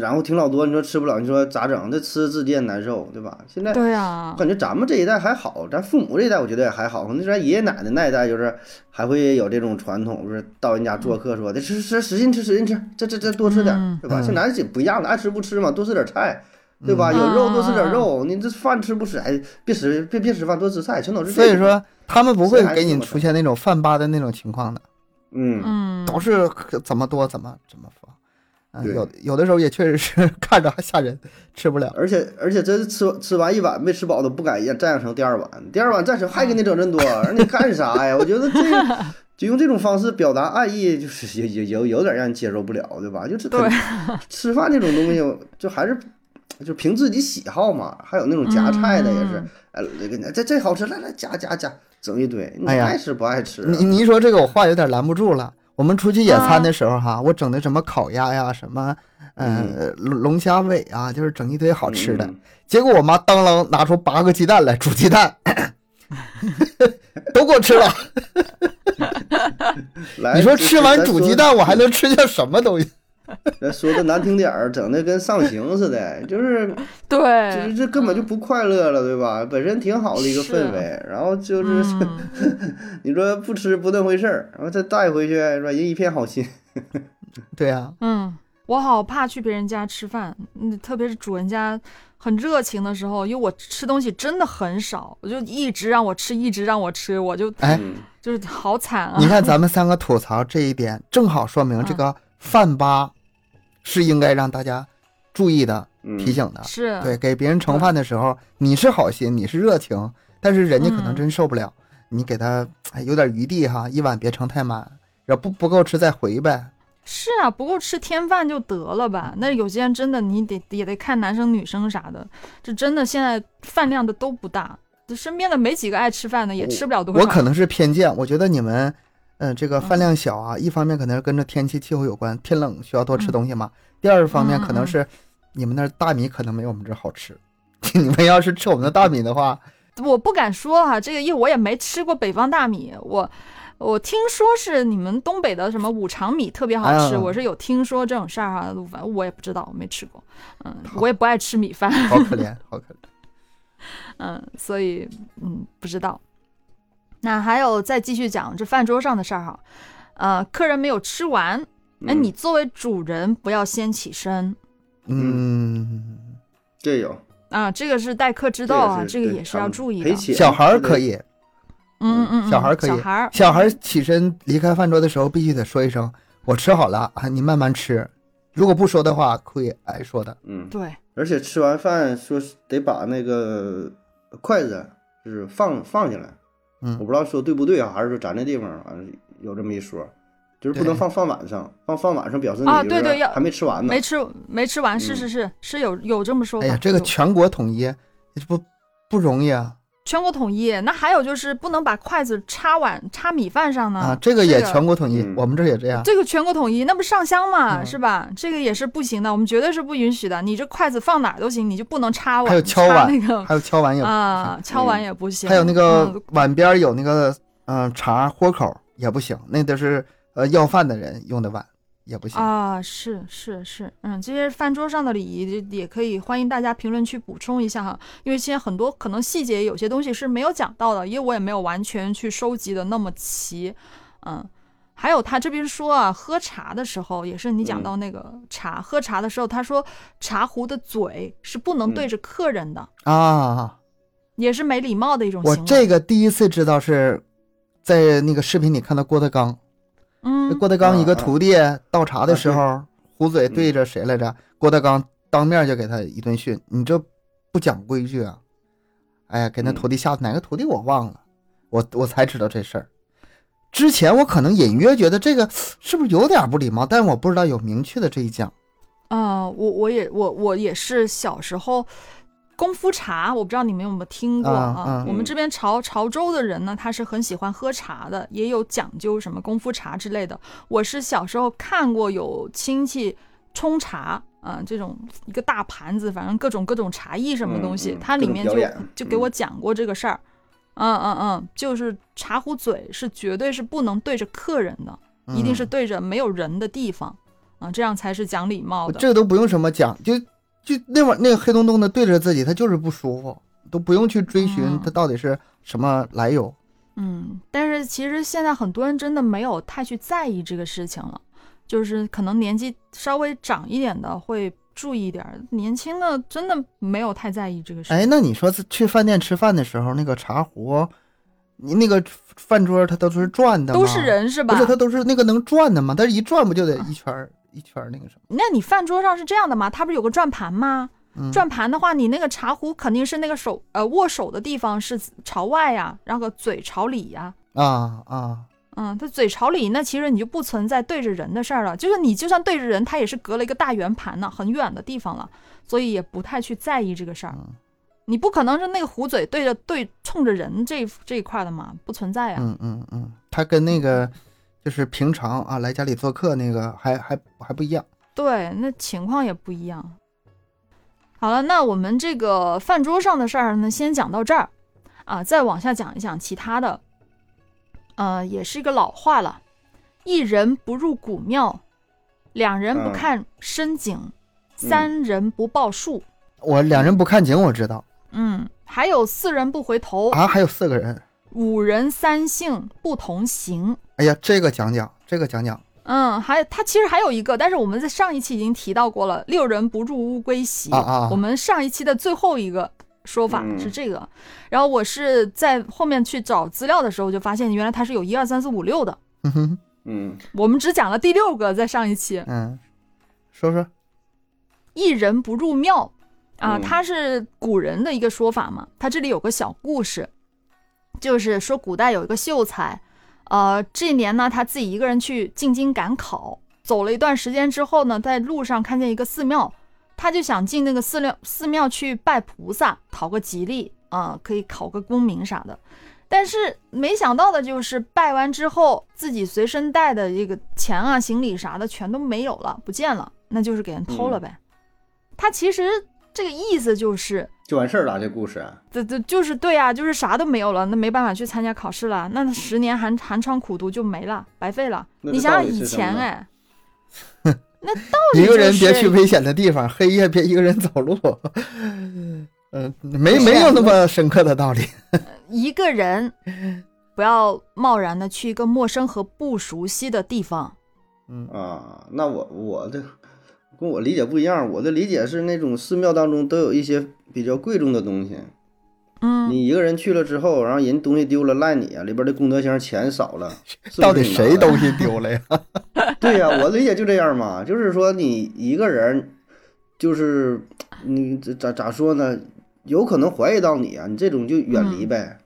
Speaker 2: 然后挺老多，你说吃不了，你说咋整？这吃自己也难受，对吧？现在
Speaker 1: 对啊
Speaker 2: 我，感觉咱们这一代还好，咱父母这一代我觉得也还好，可能咱爷爷奶奶那一代就是还会有这种传统，就是到人家做客
Speaker 1: 嗯
Speaker 2: 说得吃吃使劲吃使劲吃，这这这多吃点儿，对吧？
Speaker 3: 嗯
Speaker 2: 现在也不一样了，爱吃不吃嘛，多吃点菜，对吧？
Speaker 1: 嗯
Speaker 2: 有肉多吃点肉，你这饭吃不吃？哎，别吃别别吃饭，多吃菜，全都是这
Speaker 3: 所以
Speaker 2: 种，
Speaker 3: 说他们不会
Speaker 2: 谁还
Speaker 3: 给你
Speaker 2: 这么
Speaker 3: 出现那种饭吧的那种情况的，
Speaker 2: 嗯，
Speaker 1: 嗯， [LAUGHS]
Speaker 3: 都是可怎么多怎么怎么放。嗯，
Speaker 2: 对
Speaker 3: 有有的时候也确实是 [LAUGHS] 看着还吓人，吃不了。
Speaker 2: 而且而且真吃吃完一碗没吃饱都不敢再想成第二碗，第二碗再成还给你整这么多，让你干啥呀？我觉得这个就用这种方式表达爱意，就是有有有有点让人接受不了，对吧？就是
Speaker 1: 对
Speaker 2: 很吃饭这种东西，就还是就凭自己喜好嘛。还有那种夹菜的也是，哎，那个这这好吃，来来夹夹夹，整一堆，你
Speaker 3: 哎呀
Speaker 2: 爱吃不爱吃啊？
Speaker 3: 你你一说这个，我话有点拦不住了。我们出去野餐的时候哈，我整的什么烤鸭呀，什么呃龙龙虾尾啊，就是整一堆好吃的。
Speaker 2: 嗯
Speaker 3: 结果我妈当啷拿出八个鸡蛋来煮鸡蛋，都给我吃了。
Speaker 2: 来，
Speaker 3: 你说
Speaker 2: 哎这
Speaker 3: 吃完
Speaker 2: 咱
Speaker 3: 煮
Speaker 2: 说
Speaker 3: 鸡蛋，我还能吃下什么东西？
Speaker 2: 咱说的难听点儿，整的跟上刑似的，就是。就是
Speaker 1: 对，
Speaker 2: 这根本就不快乐了，对吧？本身挺好的一个
Speaker 1: 呃嗯是
Speaker 2: 氛围，然后就是、 [LAUGHS]
Speaker 1: 嗯，
Speaker 2: 你说不吃不当回事儿，然后再带回去是吧？人一片好心，
Speaker 3: 对啊呀、
Speaker 1: 嗯，我好怕去别人家吃饭，嗯，特别是主人家很热情的时候，因为我吃东西真的很少，我就一直让我吃，一直让我吃，我就
Speaker 3: 哎
Speaker 2: 嗯
Speaker 1: 就是好惨啊
Speaker 3: [LAUGHS] 你。看咱们三个吐槽这一点，正好说明这
Speaker 1: 嗯
Speaker 3: 个饭吧是应该让大家注意的、
Speaker 2: [LAUGHS] 嗯，
Speaker 3: 提醒的。
Speaker 1: 是，
Speaker 3: 对，给别人盛饭的时候，你是好心，你是热情，但是人家可能
Speaker 1: 嗯
Speaker 3: 真受不了，你给他哎有点余地哈，一碗别盛太满，然后不不够吃再回呗。
Speaker 1: 是啊，不够吃添饭就得了吧？那有些人真的，你得也得看男生女生啥的，这真的现在饭量的都不大，这身边的没几个爱吃饭的，也吃不了多少。
Speaker 3: 我可能是偏见，我觉得你们，嗯、这个饭量小啊，一方面可能是跟着天气气候有关，天冷需要多吃东西嘛；第二方面可能是你们那儿大米可能没有我们这儿好吃， [LAUGHS] 你们要是吃我们的大米的话，
Speaker 1: 我不敢说哈、这个因为我也没吃过北方大米，我我听说是你们东北的什么五常米特别好吃，
Speaker 3: 哎呀
Speaker 1: 我是有听说这种事儿、哈，反正我也不知道，我没吃过，嗯，我也不爱吃米饭，
Speaker 3: 好可怜，好可怜。
Speaker 1: 嗯，所以嗯不知道。那还有再继续讲这饭桌上的事儿、哈，呃，客人没有吃完，哎，
Speaker 2: 嗯
Speaker 1: 你作为主人不要先起身
Speaker 3: 嗯，
Speaker 2: 这有
Speaker 1: 啊，这个是待客之
Speaker 2: 这
Speaker 1: 道啊，
Speaker 2: 也
Speaker 1: 这个也是要注意的
Speaker 2: 赔。钱
Speaker 3: 小孩儿可，以，
Speaker 1: 嗯嗯嗯，
Speaker 3: 小孩儿可以
Speaker 1: 小孩儿
Speaker 3: 小孩儿起身离开饭桌的时候，必须得说一声“我吃好了啊，你慢慢吃”。如果不说的话，会挨说的。
Speaker 2: 嗯，
Speaker 1: 对，
Speaker 2: 而且吃完饭说是得把那个筷子就是放放下来，
Speaker 3: 嗯
Speaker 2: 我不知道说对不对啊，还是说咱这地方反正有这么一说，就是不能
Speaker 3: 对
Speaker 2: 放饭碗上，放饭碗上表示你
Speaker 1: 啊
Speaker 2: 就
Speaker 1: 对
Speaker 2: 是
Speaker 1: 对要
Speaker 2: 还没吃完呢
Speaker 1: 没，吃没吃完，是是是是有有这么说法。
Speaker 3: 嗯哎呀，这个
Speaker 1: 有
Speaker 3: 全国统一这不不容易啊！
Speaker 1: 全国统一。那还有就是不能把筷子插碗插米饭上呢。
Speaker 3: 啊，这个也全国统一
Speaker 2: 嗯，
Speaker 3: 我们这儿也这样。
Speaker 1: 这个全国统一，那不上香嘛，
Speaker 3: 啊嗯
Speaker 1: 是吧？这个也是不行的，我们绝对是不允许的。你这筷子放哪儿都行，你就不能插碗，
Speaker 3: 还有敲
Speaker 1: 插
Speaker 3: 碗
Speaker 1: 那个
Speaker 3: 还有敲碗也，
Speaker 1: 嗯啊，敲碗也不行。
Speaker 3: 还有那个
Speaker 1: 嗯
Speaker 3: 碗边儿有那个嗯茶豁口也不行，那都是呃要饭的人用的碗也不行。
Speaker 1: 啊，是是是，嗯，这些饭桌上的礼仪也可以欢迎大家评论区补充一下哈，因为现在很多可能细节有些东西是没有讲到的，因为我也没有完全去收集的那么齐，嗯。还有他这边说啊，喝茶的时候也是你讲
Speaker 2: 嗯
Speaker 1: 到那个茶，喝茶的时候他说茶壶的嘴是不能对
Speaker 2: 嗯
Speaker 1: 着客人的，
Speaker 3: 啊，
Speaker 1: 也是没礼貌的一种
Speaker 3: 我
Speaker 1: 哦行为。
Speaker 3: 这个第一次知道是在那个视频里看到郭德纲。
Speaker 1: 嗯
Speaker 3: 这，郭德纲一个
Speaker 2: 啊啊
Speaker 3: 徒弟倒茶的时候，壶嘴对
Speaker 1: 嗯
Speaker 3: 着谁来着？郭德纲当面就给他一顿训，你这不讲规矩啊！哎呀，给那
Speaker 2: 嗯
Speaker 3: 徒弟吓，哪个徒弟我忘了，我我才知道这事儿。之前我可能隐约觉得这个是不是有点不礼貌，但我不知道有明确的这一讲。
Speaker 1: 啊、我我也我我也是小时候功夫茶，我不知道你们有没有听过
Speaker 3: 啊
Speaker 1: 啊
Speaker 3: 啊。
Speaker 2: 嗯
Speaker 1: 我们这边潮潮州的人呢，他是很喜欢喝茶的，也有讲究什么功夫茶之类的。我是小时候看过有亲戚。冲茶啊，这种一个大盘子，反正各种各种茶艺什么东西，
Speaker 2: 嗯嗯
Speaker 1: 它
Speaker 2: 各
Speaker 1: 里
Speaker 2: 种
Speaker 1: 面
Speaker 2: 表
Speaker 1: 就
Speaker 2: 演嗯
Speaker 1: 就给我讲过这个事儿。嗯嗯嗯，就是茶壶嘴是绝对是不能对着客人的，一定是
Speaker 3: 嗯
Speaker 1: 对着没有人的地方啊，这样才是讲礼貌
Speaker 3: 我
Speaker 1: 的。
Speaker 3: 这个都不用什么讲，就就那会儿那个黑洞洞的对着自己，他就是不舒服，都不用去追寻
Speaker 1: 嗯
Speaker 3: 他到底是什么来由。
Speaker 1: 嗯，但是其实现在很多人真的没有太去在意这个事情了，就是可能年纪稍微长一点的会注意一点儿，年轻的真的没有太在意这个事情。
Speaker 3: 哎，那你说去饭店吃饭的时候，那个茶壶，你那个饭桌它都是转的吗？
Speaker 1: 都是，人是吧？
Speaker 3: 不是它都是那个能转的吗？但是一转不就得一圈儿一圈儿那个什么？
Speaker 1: 那你饭桌上是这样的吗？它不是有个转盘吗？
Speaker 3: 嗯
Speaker 1: 转盘的话，你那个茶壶肯定是那个手呃握手的地方是朝外呀、然后嘴朝里呀、
Speaker 3: 啊啊，
Speaker 1: 嗯，它嘴朝里，那其实你就不存在对着人的事儿了。就是你就算对着人，它也是隔了一个大圆盘呢，很远的地方了，所以也不太去在意这个事儿。
Speaker 3: 嗯
Speaker 1: 你不可能是那个壶嘴对着对冲着人这一这一块的嘛，不存在呀、
Speaker 3: 嗯嗯嗯，它跟那个就是平常啊来家里做客那个还还还不一样。
Speaker 1: 对，那情况也不一样。好了，那我们这个饭桌上的事儿呢，先讲到这儿啊，再往下讲一讲其他的。呃，也是一个老话了，一人不入古庙，两人不
Speaker 2: 嗯
Speaker 1: 看深井，三人不报树，
Speaker 3: 我两人不看景我知道
Speaker 1: 嗯，还有四人不回头，
Speaker 3: 啊，还有四个人。
Speaker 1: 五人三姓不同行。
Speaker 3: 哎呀，这个讲讲，这个讲讲。
Speaker 1: 嗯，还有它其实还有一个，但是我们在上一期已经提到过了，“六人不入乌龟席”
Speaker 3: 啊啊
Speaker 1: 我们上一期的最后一个说法
Speaker 2: 嗯
Speaker 1: 是这个，然后我是在后面去找资料的时候就发现，原来它是有一二三四五六的，
Speaker 3: 嗯哼，
Speaker 2: 嗯，
Speaker 1: 我们只讲了第六个，在上一期
Speaker 3: 嗯，说说，
Speaker 1: “一人不入庙”啊，
Speaker 2: 嗯
Speaker 1: 它是古人的一个说法嘛，它这里有个小故事，就是说古代有一个秀才，呃，这年呢他自己一个人去进京赶考，走了一段时间之后呢，在路上看见一个寺庙，他就想进那个寺庙寺庙去拜菩萨，讨个吉利啊、可以考个功名啥的。但是没想到的就是，拜完之后自己随身带的这个钱啊、行李啥的全都没有了，不见了，那就是给人偷
Speaker 2: 嗯
Speaker 1: 了呗。他其实这个意思就是，
Speaker 2: 就完事儿了，这故事。啊
Speaker 1: 这这就是对啊，就是啥都没有了，那没办法去参加考试了，那十年寒寒窗苦读就没了，白费了。
Speaker 2: 那
Speaker 1: 你
Speaker 2: 这
Speaker 1: 想
Speaker 2: 道
Speaker 1: 想
Speaker 2: 理
Speaker 1: 以
Speaker 2: 是什
Speaker 1: 前
Speaker 2: 么呢
Speaker 1: 哎，
Speaker 3: 一个人
Speaker 1: 就是
Speaker 3: 别去危险的地方，黑夜别一个人走路。 [LAUGHS] 嗯，没
Speaker 2: 是
Speaker 3: 没有那么深刻的道
Speaker 2: [LAUGHS]
Speaker 3: 理。
Speaker 1: 一个人不要贸然的去一个陌生和不熟悉的地方。
Speaker 3: 嗯
Speaker 2: 啊，那我我的跟我理解不一样，我的理解是那种寺庙当中都有一些比较贵重的东西，
Speaker 1: 嗯，
Speaker 2: 你一个人去了之后，然后人东西丢了赖你啊，里边的功德箱钱少
Speaker 3: [LAUGHS]
Speaker 2: 了，是不是
Speaker 3: 到底
Speaker 2: 你拿
Speaker 3: 谁
Speaker 2: 的
Speaker 3: 东西丢
Speaker 2: [LAUGHS]
Speaker 3: 了呀？
Speaker 2: 对呀、我理解就这样嘛，就是说你一个人，就是你这咋咋说呢？有可能怀疑到你啊，你这种就远离呗，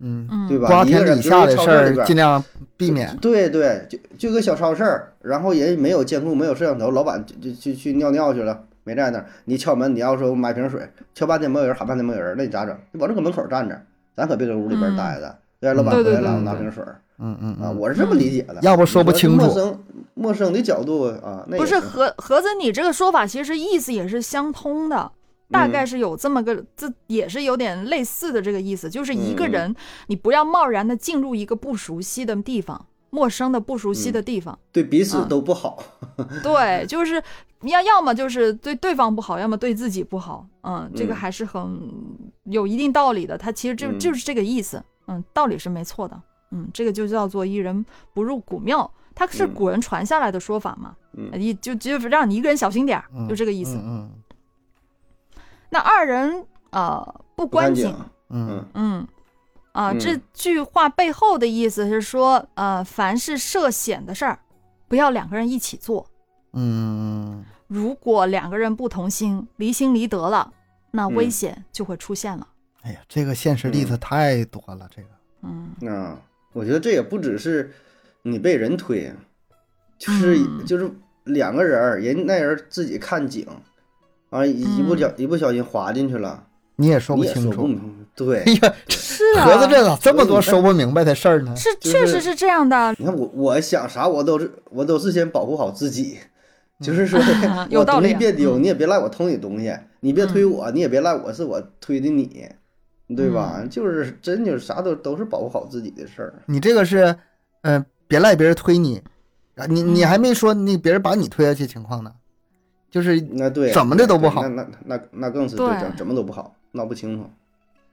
Speaker 3: 嗯，
Speaker 1: 嗯
Speaker 2: 对吧
Speaker 3: 瓜
Speaker 2: 一个
Speaker 3: 田
Speaker 2: 人
Speaker 3: 李
Speaker 2: 就
Speaker 3: 下
Speaker 2: 是
Speaker 3: 的
Speaker 2: 超
Speaker 3: 事
Speaker 2: 市里
Speaker 3: 儿
Speaker 2: 边
Speaker 3: 尽量避免。
Speaker 2: 对对，就就个小超市儿，然后人没有监控，没有摄像头，老板就就去去尿尿去了，没在那儿。你敲门，你要说买瓶水，敲半天没有人，喊半天没有人，那你咋整？你往这个门口站着，咱可别搁屋里边
Speaker 1: 嗯
Speaker 2: 待着。对，老板
Speaker 1: 对
Speaker 2: 回
Speaker 1: 对
Speaker 2: 来了，
Speaker 3: 对
Speaker 2: 我拿
Speaker 3: 对
Speaker 2: 瓶水儿
Speaker 3: 嗯嗯
Speaker 2: 啊，
Speaker 3: 嗯，
Speaker 2: 我是这么
Speaker 1: 嗯
Speaker 2: 理解的。
Speaker 3: 要不
Speaker 2: 你
Speaker 3: 说不清
Speaker 2: 陌
Speaker 3: 楚
Speaker 2: 生陌生的角度啊，那
Speaker 1: 不
Speaker 2: 也
Speaker 1: 是盒盒子，你这个说法其实意思也是相通的。大概
Speaker 2: 嗯
Speaker 1: 是有这么个，这也是有点类似的这个意思，就是一个
Speaker 2: 嗯嗯
Speaker 1: 人，你不要贸然的进入一个不熟悉的地方，陌生的不熟悉
Speaker 2: 嗯
Speaker 1: 的地方。
Speaker 2: 对彼此
Speaker 1: 嗯
Speaker 2: 都不好。
Speaker 1: [LAUGHS] 对，就是你要要么就是对对方不好，要么对自己不好。嗯，这个
Speaker 2: 嗯
Speaker 1: 还是很有一定道理的。它其实就
Speaker 2: 嗯
Speaker 1: 就是这个意思。嗯，道理是没错的。嗯，这个就叫做“一人不入古庙”，它是
Speaker 2: 嗯
Speaker 1: 古人传下来的说法嘛。
Speaker 2: 嗯
Speaker 1: 一就就是让你一个人小心点儿，
Speaker 3: 嗯
Speaker 1: 就这个意思。
Speaker 3: 嗯
Speaker 1: 那二人呃不
Speaker 2: 不干
Speaker 1: 观
Speaker 2: 净
Speaker 1: 景，
Speaker 2: 啊，
Speaker 3: 嗯嗯
Speaker 2: 嗯，
Speaker 1: 嗯，啊，
Speaker 2: 嗯
Speaker 1: 这句话背后的意思是说，呃，凡是涉险的事儿，不要两个人一起做。
Speaker 3: 嗯
Speaker 1: 如果两个人不同心，离心离德了，那危
Speaker 2: 嗯
Speaker 1: 险就会出现了。
Speaker 3: 哎呀，这个现实例子太多了，这个
Speaker 1: 嗯，
Speaker 2: 啊，我觉得这也不只是你被人推，就是、
Speaker 1: 嗯
Speaker 2: 就是两个人儿，人那人儿自己看景，啊，一一
Speaker 1: 嗯
Speaker 2: 不小、一不小心滑进去了，
Speaker 3: 你也说
Speaker 2: 你
Speaker 3: 不
Speaker 2: 也
Speaker 3: 清
Speaker 2: 说不
Speaker 3: 楚。
Speaker 2: 明对
Speaker 3: 哎。呀，
Speaker 1: 是
Speaker 3: 盒子
Speaker 1: 啊，
Speaker 3: 这咋这么多说不明白的事儿呢？
Speaker 1: 是
Speaker 2: 就
Speaker 1: 确
Speaker 2: 是
Speaker 1: 实是这样的。
Speaker 2: 你看我，我想啥，我都是我都是先保护好自己，
Speaker 3: 嗯
Speaker 2: 就是说
Speaker 1: [LAUGHS] 有
Speaker 2: 我
Speaker 1: 道
Speaker 2: 东
Speaker 1: 理
Speaker 2: 西别丢，
Speaker 1: 嗯
Speaker 2: 你也别赖我偷你东西，你别推我，你也别赖我是我推的你，对吧？
Speaker 1: 嗯
Speaker 2: 就是真就是啥都都是保护好自己的事儿。
Speaker 3: 你这个是，嗯、别赖别人推你，啊，你你还没说那别人把你推下去情况呢，就是
Speaker 2: 那对，啊
Speaker 3: 怎么的都不
Speaker 2: 对
Speaker 3: 好
Speaker 2: 那那那那更是
Speaker 1: 对
Speaker 2: 对，怎怎么都不好，闹不清楚。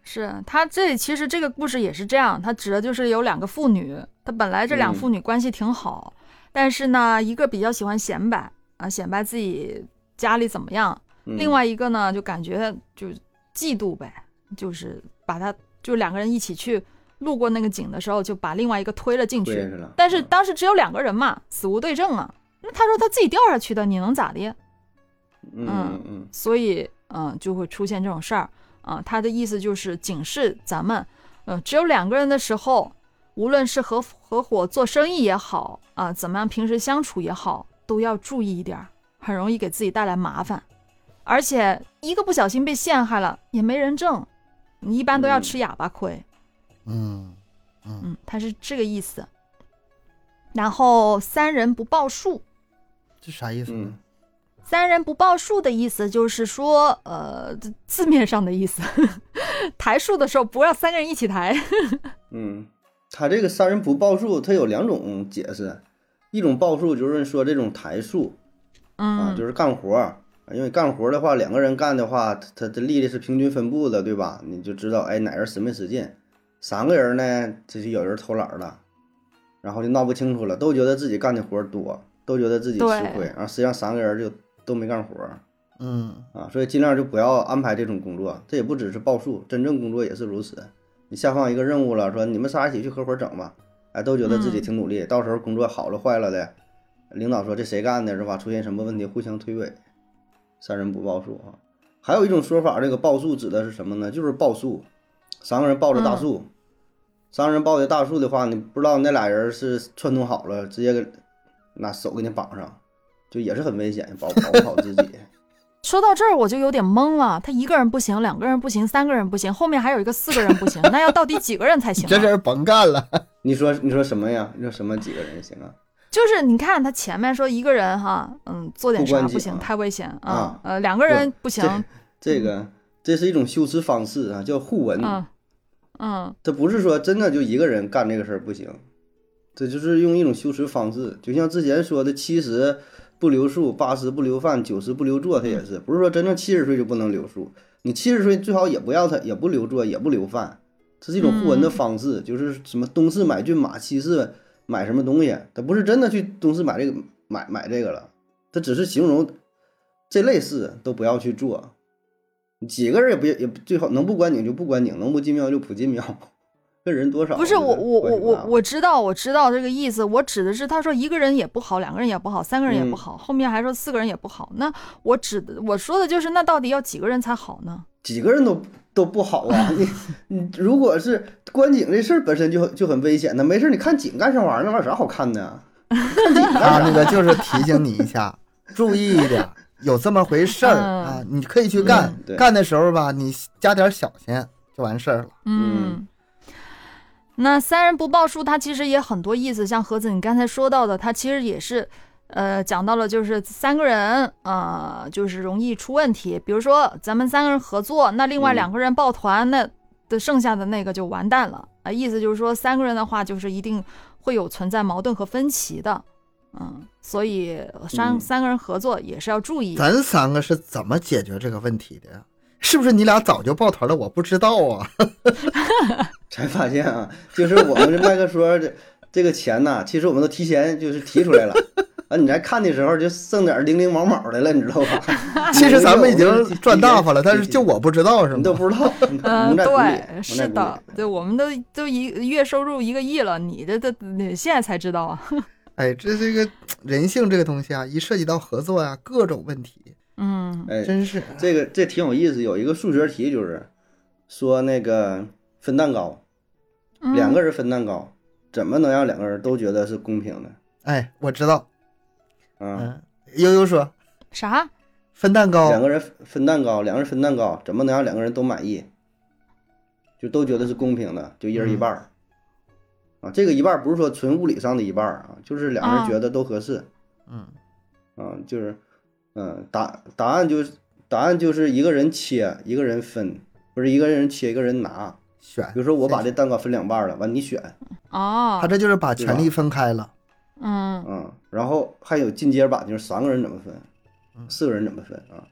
Speaker 1: 是他这里其实这个故事也是这样，他指的就是有两个妇女，他本来这两
Speaker 2: 嗯
Speaker 1: 父女关系挺好，但是呢，一个比较喜欢显摆啊，显摆自己家里怎么样，
Speaker 2: 嗯
Speaker 1: 另外一个呢就感觉就嫉妒呗，就是把他就两个人一起去路过那个井的时候，就把另外一个推了进
Speaker 2: 不认
Speaker 1: 去。
Speaker 2: 识了，
Speaker 1: 但是
Speaker 2: 嗯
Speaker 1: 当时只有两个人嘛，死无对证啊。那他说他自己掉下去的，你能咋的？
Speaker 2: 嗯嗯嗯
Speaker 1: 所以嗯、呃就会出现这种事儿啊、他的意思就是警示咱们，嗯、只有两个人的时候，无论是合合伙做生意也好啊、怎么样平时相处也好，都要注意一点儿，很容易给自己带来麻烦。而且一个不小心被陷害了，也没人证，你一般都要
Speaker 2: 嗯
Speaker 1: 吃哑巴亏。
Speaker 3: 嗯嗯
Speaker 1: 嗯，他是这个意思。然后三人不报数，
Speaker 3: 这啥意思呢？
Speaker 2: 嗯，
Speaker 1: 三人不报数的意思就是说，呃，字字面上的意思， [LAUGHS] 抬数的时候不让三个人一起抬。
Speaker 2: 嗯，他这个三人不报数，他有两种解释，一种报数就是说这种台数啊，
Speaker 1: 嗯，
Speaker 2: 就是干活儿。因为干活儿的话，两个人干的话，他他的力量是平均分布的，对吧？你就知道，哎，哪人使没使劲。三个人呢，这就有人偷懒儿了，然后就闹不清楚了，都觉得自己干的活儿多，都觉得自己吃
Speaker 1: 对
Speaker 2: 亏，然后实际上三个人就都没干活儿
Speaker 3: 嗯
Speaker 2: 啊，所以尽量就不要安排这种工作。这也不只是报数，真正工作也是如此。你下放一个任务了，说你们仨一起去合伙整吧，哎，都觉得自己挺努力，到时候工作好了坏了的，领导说这谁干的是吧？出现什么问题互相推诿，三人不报数啊。还有一种说法，这个报数指的是什么呢？就是报数，三个人抱着大树，三个人抱着大树的话，你不知道那俩人是串通好了，直接给拿手给你绑上，就也是很危险，保保护好自己。
Speaker 1: 说到这儿我就有点懵了，他一个人不行，两个人不行，三个人不行，后面还有一个四个人不行，那要到底几个人才
Speaker 2: [LAUGHS]
Speaker 1: 行
Speaker 3: 这事
Speaker 1: 啊？
Speaker 3: 儿甭干了。
Speaker 2: 你说你说什么呀？你说什么几个人行啊？
Speaker 1: 就是你看他前面说一个人哈，嗯，做点
Speaker 2: 不
Speaker 1: 啥
Speaker 2: 关己
Speaker 1: 不行，
Speaker 2: 啊
Speaker 1: 太危险啊
Speaker 2: 啊，
Speaker 1: 呃，两个人不行，
Speaker 2: 这个这是一种修辞方式啊，叫互文。
Speaker 1: 嗯嗯
Speaker 2: 这不是说真的就一个人干这个事儿不行，这就是用一种修辞方式。就像之前说的，七十不留宿，八十不留饭，九十不留坐，他也是不是说真正七十岁就不能留宿？你七十岁最好也不要他，也不留坐，也不留饭，这是一种互文的方式，就是什么东市买骏马，西市买什么东西，他不是真的去东市买这个买买这个了，他只是形容这类事都不要去做。几个人也不也不最好能不关井就不关井，能不进庙就不进庙， [LAUGHS] 跟人多少
Speaker 1: 不是我我我我
Speaker 2: 我
Speaker 1: 我知道我知道这个意思，我指的是他说一个人也不好，两个人也不好，三个人也不
Speaker 2: 嗯
Speaker 1: 好，后面还说四个人也不好。那我指的我说的就是那到底要几个人才好呢？
Speaker 2: 几个人都都不好啊！
Speaker 1: [LAUGHS]
Speaker 2: 你你如果是关井这事儿本身就就很危险的，没事儿你看井干啥玩意儿？那玩意儿有啥好看的？看井干
Speaker 3: 啊，那
Speaker 2: 啥？
Speaker 3: 个就是提醒你一下，注意一点，有这么回事儿
Speaker 1: 嗯
Speaker 3: 啊，你可以去干
Speaker 2: 嗯，对
Speaker 3: 干的时候吧，你加点小心就完事儿了。
Speaker 1: 嗯，那三人不报数，它其实也很多意思，像盒子你刚才说到的，它其实也是。呃，讲到了就是三个人，啊，就是容易出问题。比如说咱们三个人合作，那另外
Speaker 2: 嗯
Speaker 1: 两个人抱团，那的剩下的那个就完蛋了啊、意思就是说，三个人的话，就是一定会有存在矛盾和分歧的，嗯，所以三、
Speaker 2: 嗯
Speaker 1: 三个人合作也是要注意。
Speaker 3: 咱三个是怎么解决这个问题的呀？是不是你俩早就抱团了？我不知道啊。
Speaker 2: 才发现啊，就是我们这麦克说这 [LAUGHS] 这个钱呐、其实我们都提前就是提出来了。啊，你来看的时候就剩点儿零零毛毛的了，你知道
Speaker 3: [LAUGHS]
Speaker 2: 吧？
Speaker 3: 其实咱们已
Speaker 2: 我
Speaker 3: 经
Speaker 2: 是提
Speaker 3: 赚大发了，
Speaker 2: 提前
Speaker 3: 但是就我不知道是
Speaker 2: 你都
Speaker 3: 吗？
Speaker 2: 不知道， [LAUGHS]
Speaker 1: 嗯，
Speaker 2: 蒙在鼓里
Speaker 1: 对，是的，，对，我们都都一月收入一个亿了，你这这你现在才知道啊，
Speaker 3: 哎，这这个人性这个东西啊，一涉及到合作啊，各种问题，
Speaker 1: 嗯
Speaker 2: 蒙在鼓里哎，
Speaker 3: 真是
Speaker 2: 这个这挺有意思，有一个数学题就是说那个分蛋糕，
Speaker 1: 嗯
Speaker 2: 两个人分蛋糕，怎么能让两个人都觉得是公平的？
Speaker 3: 哎，我知道。
Speaker 2: 啊，
Speaker 3: 嗯，悠悠说
Speaker 1: 啥？
Speaker 3: 分蛋
Speaker 2: 两
Speaker 3: 糕，
Speaker 2: 个人分蛋糕，两个人分蛋糕，怎么能让两个人都满意？就都觉得是公平的，就一人一半儿。
Speaker 1: 嗯
Speaker 2: 啊，这个一半儿不是说纯物理上的一半儿啊，就是两个人
Speaker 1: 啊
Speaker 2: 觉得都合适。
Speaker 3: 嗯，
Speaker 2: 啊，就是，嗯，答答案就是答案就是一个人切，一个人分，不是一个人切，一个人拿。
Speaker 3: 选啊
Speaker 2: 比。如说我把
Speaker 3: 谁
Speaker 2: 这蛋糕分两半儿了，完你选，
Speaker 3: 他
Speaker 1: 哦，
Speaker 3: 这就是把
Speaker 2: 对吧
Speaker 3: 权力分开了。
Speaker 1: 嗯
Speaker 2: 嗯，然后还有进阶版，就是三个人怎么分，四个人怎么分啊，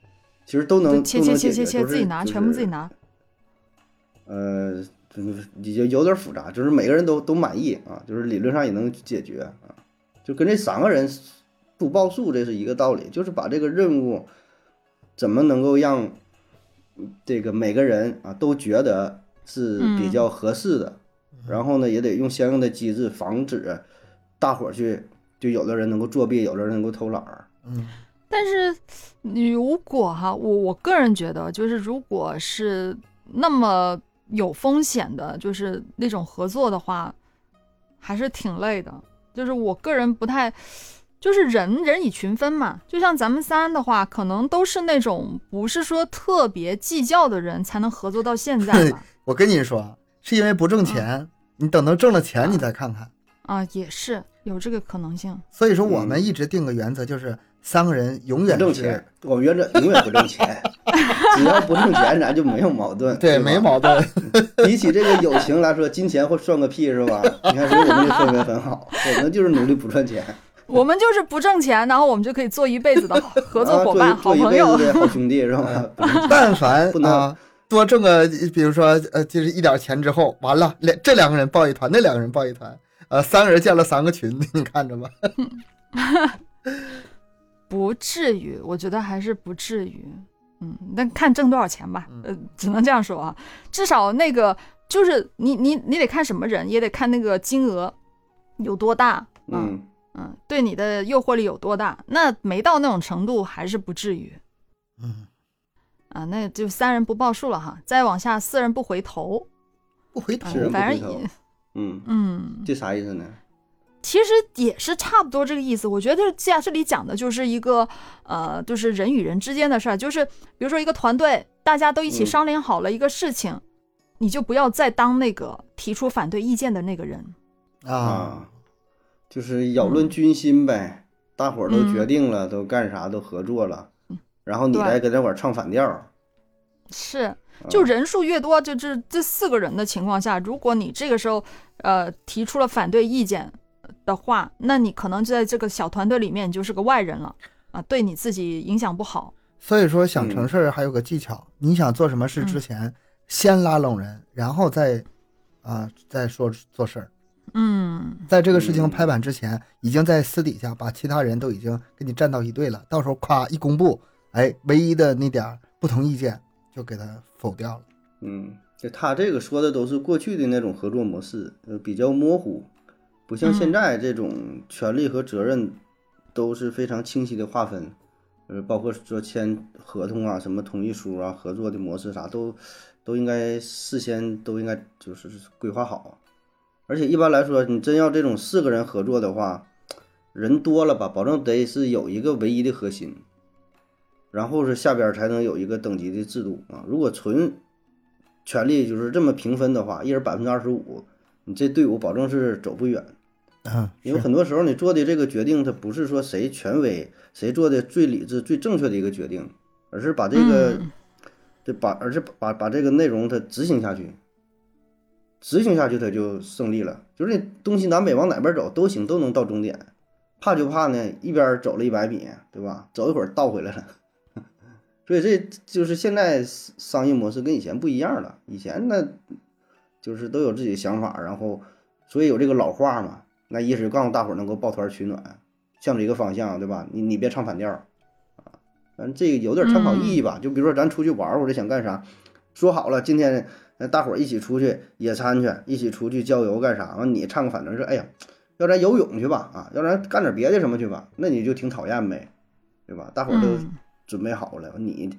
Speaker 2: 其实都
Speaker 1: 就
Speaker 2: 能
Speaker 1: 切
Speaker 2: 都
Speaker 1: 切
Speaker 2: 能
Speaker 1: 切
Speaker 2: 解
Speaker 1: 切
Speaker 2: 决
Speaker 1: 切，
Speaker 2: 都是
Speaker 1: 自己拿，
Speaker 2: 就是
Speaker 1: 全部自己拿。
Speaker 2: 呃，就是有有点复杂，就是每个人都都满意啊，就是理论上也能解决啊，就跟这三个人不报数这是一个道理，就是把这个任务怎么能够让嗯这个每个人啊都觉得是比较合适的，
Speaker 3: 嗯
Speaker 2: 然后呢也得用相应的机制防止大伙儿去，就有的人能够作弊，有的人能够偷懒儿，
Speaker 3: 嗯，
Speaker 1: 但是如果哈，我我个人觉得，就是如果是那么有风险的，就是那种合作的话，还是挺累的。就是我个人不太，就是人人以群分嘛。就像咱们三的话，可能都是那种不是说特别计较的人，才能合作到现在
Speaker 2: [LAUGHS]
Speaker 1: 吧。
Speaker 3: 我跟你说，是因为不
Speaker 2: 嗯
Speaker 3: 挣钱，你等到挣了钱你再看看。
Speaker 1: 啊，也是有这个可能性。
Speaker 3: 所以说，我
Speaker 2: 嗯
Speaker 3: 们一直定个原则，就是三个人永
Speaker 2: 不
Speaker 3: 远
Speaker 2: 挣
Speaker 3: 是
Speaker 2: 钱，，我们原则永远不挣
Speaker 3: [LAUGHS]
Speaker 2: 钱，只要不挣钱，咱就没有矛盾，
Speaker 3: 对，
Speaker 2: 吧
Speaker 3: 没毛病。
Speaker 2: [LAUGHS] 比起这个友情来说，金钱会算个屁是
Speaker 1: [LAUGHS]
Speaker 2: 吧？你看，所以我们这氛围很好，我们就是努力不赚钱，
Speaker 1: 我们就是不挣钱，然后我们就可以做一辈子的
Speaker 2: [LAUGHS]
Speaker 1: 合合作伙伴、
Speaker 2: 啊、
Speaker 1: 好
Speaker 2: 做一做
Speaker 1: 朋
Speaker 2: 一辈
Speaker 1: 友
Speaker 2: 子。的好兄弟是吧？嗯不挣钱
Speaker 3: 但凡
Speaker 2: 不能
Speaker 3: 啊，多挣个，比如说呃，就是一点钱之后，完了，两这两个人抱一团，那两个人抱一团，呃，三个人建了三个群， [LAUGHS] 你看着吧。
Speaker 1: 不至于，我觉得还是不至于。嗯，那看挣多少钱吧，
Speaker 2: 嗯
Speaker 1: 呃，只能这样说啊。至少那个就是你你你得看什么人，也得看那个金额有多大，嗯
Speaker 2: 嗯，
Speaker 1: 嗯，对你的诱惑力有多大。那没到那种程度，还是不至于
Speaker 3: 嗯，
Speaker 1: 啊。那就三人不报数了哈，再往下四人不回头，
Speaker 3: 不回头
Speaker 1: 啊
Speaker 2: 四人不
Speaker 1: 反
Speaker 2: 回
Speaker 1: 正
Speaker 2: 头
Speaker 1: 也
Speaker 2: 嗯，
Speaker 1: 嗯，
Speaker 2: 这啥意思呢？
Speaker 1: 其实也是差不多这个意思。我觉得这这里讲的就是一个呃，就是人与人之间的事儿，就是比如说一个团队，大家都一起
Speaker 2: 嗯
Speaker 1: 商量好了一个事情，你就不要再当那个提出反对意见的那个人。
Speaker 3: 啊
Speaker 2: 啊，，就是扰乱军心呗，大伙儿都决定了，都干啥，都合作了，然后你
Speaker 1: 嗯对
Speaker 2: 再搁这块儿唱反调儿，
Speaker 1: 是，就人数越多，就这这四个人的情况下，如果你这个时候呃提出了反对意见的话，那你可能就在这个小团队里面你就是个外人了啊，对你自己影响不好。
Speaker 3: 所以说想成事儿还有个技巧，你想做什么事之前，先拉拢人，然后再啊、再说做事儿。
Speaker 1: 嗯，
Speaker 3: 在这个事情
Speaker 2: 嗯
Speaker 3: 拍板之前，已经在私底下把其他人都已经给你站到一队了。到时候夸一公布，哎，唯一的那点儿不同意见就给他否掉了。
Speaker 2: 嗯，就他这个说的都是过去的那种合作模式，呃，比较模糊，不像现在这种权利和责任都是非常清晰的划分，呃，包括说签合同啊、什么同意书啊、合作的模式啥都都应该事先都应该就是规划好，而且一般来说，你真要这种四个人合作的话，人多了吧，保证得是有一个唯一的核心。然后是下边儿才能有一个等级的制度啊。如果纯权力就是这么平分的话，一人百分之二十五，你这队伍保证是走不远。
Speaker 3: 嗯，
Speaker 2: 因为
Speaker 3: 是
Speaker 2: 很多时候你做的这个决定，它不是说谁权威，谁做的最理智、最正确的一个决定，而是把这个，
Speaker 1: 嗯
Speaker 2: 对把，而是把把把这个内容它执行下去，执行下去它就胜利了。就是你东西南北往哪边走都行，都能到终点。怕就怕呢，一边走了一百米，对吧？走一会儿倒回来了。 [LAUGHS] 所以这就是现在商业模式跟以前不一样了。以前那就是都有自己的想法，然后所以有这个老话嘛，那意思就告诉大伙儿能够抱团取暖，向着一个方向，对吧？你你别唱反调儿啊，反正这个有点参考意义吧。就比如说咱出去玩儿或者想干啥，说好了今天呃大伙儿一起出去野餐去，一起出去郊游干啥？完你唱个反调儿说，哎呀，要不然游泳去吧啊，要不然干点别的什么去吧，那你就挺讨厌呗，对吧？大伙儿都
Speaker 1: 嗯
Speaker 2: 准备好了，你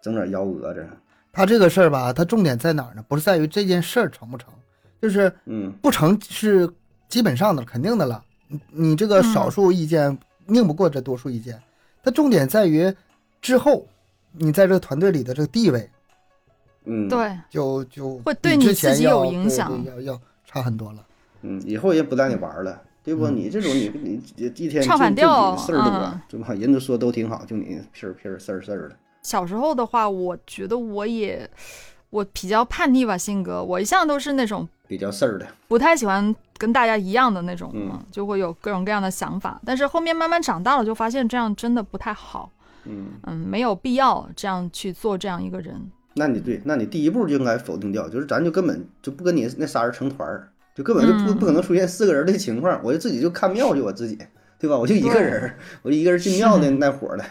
Speaker 2: 整点幺蛾子，
Speaker 3: 他这个事儿吧，他重点在哪儿呢？不是在于这件事儿成不成，就是
Speaker 2: 嗯
Speaker 3: 不成是基本上的肯定的了。你你这个少数意见拧不过这多数意见，它重点在于之后你在这个团队里的这个地位
Speaker 2: 嗯，，
Speaker 1: 对，
Speaker 3: 就就
Speaker 1: 会对
Speaker 3: 比
Speaker 1: 你
Speaker 3: 之前
Speaker 1: 自己有
Speaker 3: 要
Speaker 1: 影
Speaker 3: 对
Speaker 1: 响
Speaker 3: 对要要差很多了。
Speaker 2: 嗯，以后人不带你玩儿了，对不？你这种你你你一天就
Speaker 1: 唱反
Speaker 2: 就
Speaker 1: 调
Speaker 2: 你事儿都不干
Speaker 1: 嗯，
Speaker 2: 对吧？人都说都挺好，就你屁儿屁儿事儿事儿的。
Speaker 1: 小时候的话，我觉得我也我比较叛逆吧，性格我一向都是那种
Speaker 2: 比较事儿的，
Speaker 1: 不太喜欢跟大家一样的那种，
Speaker 2: 嗯
Speaker 1: 嗯，就会有各种各样的想法。但是后面慢慢长大了，就发现这样真的不太好，
Speaker 2: 嗯，
Speaker 1: 嗯，没有必要这样去做这样一个人。
Speaker 2: 那你对，那你第一步就应该否定掉，就是咱就根本就不跟你那仨人成团儿，就根本就不、
Speaker 1: 嗯
Speaker 2: 不可能出现四个人的情况，我就自己就看庙去，我自己，对吧？我就一个
Speaker 1: 对
Speaker 2: 人儿，我就一个人进庙的那伙儿的，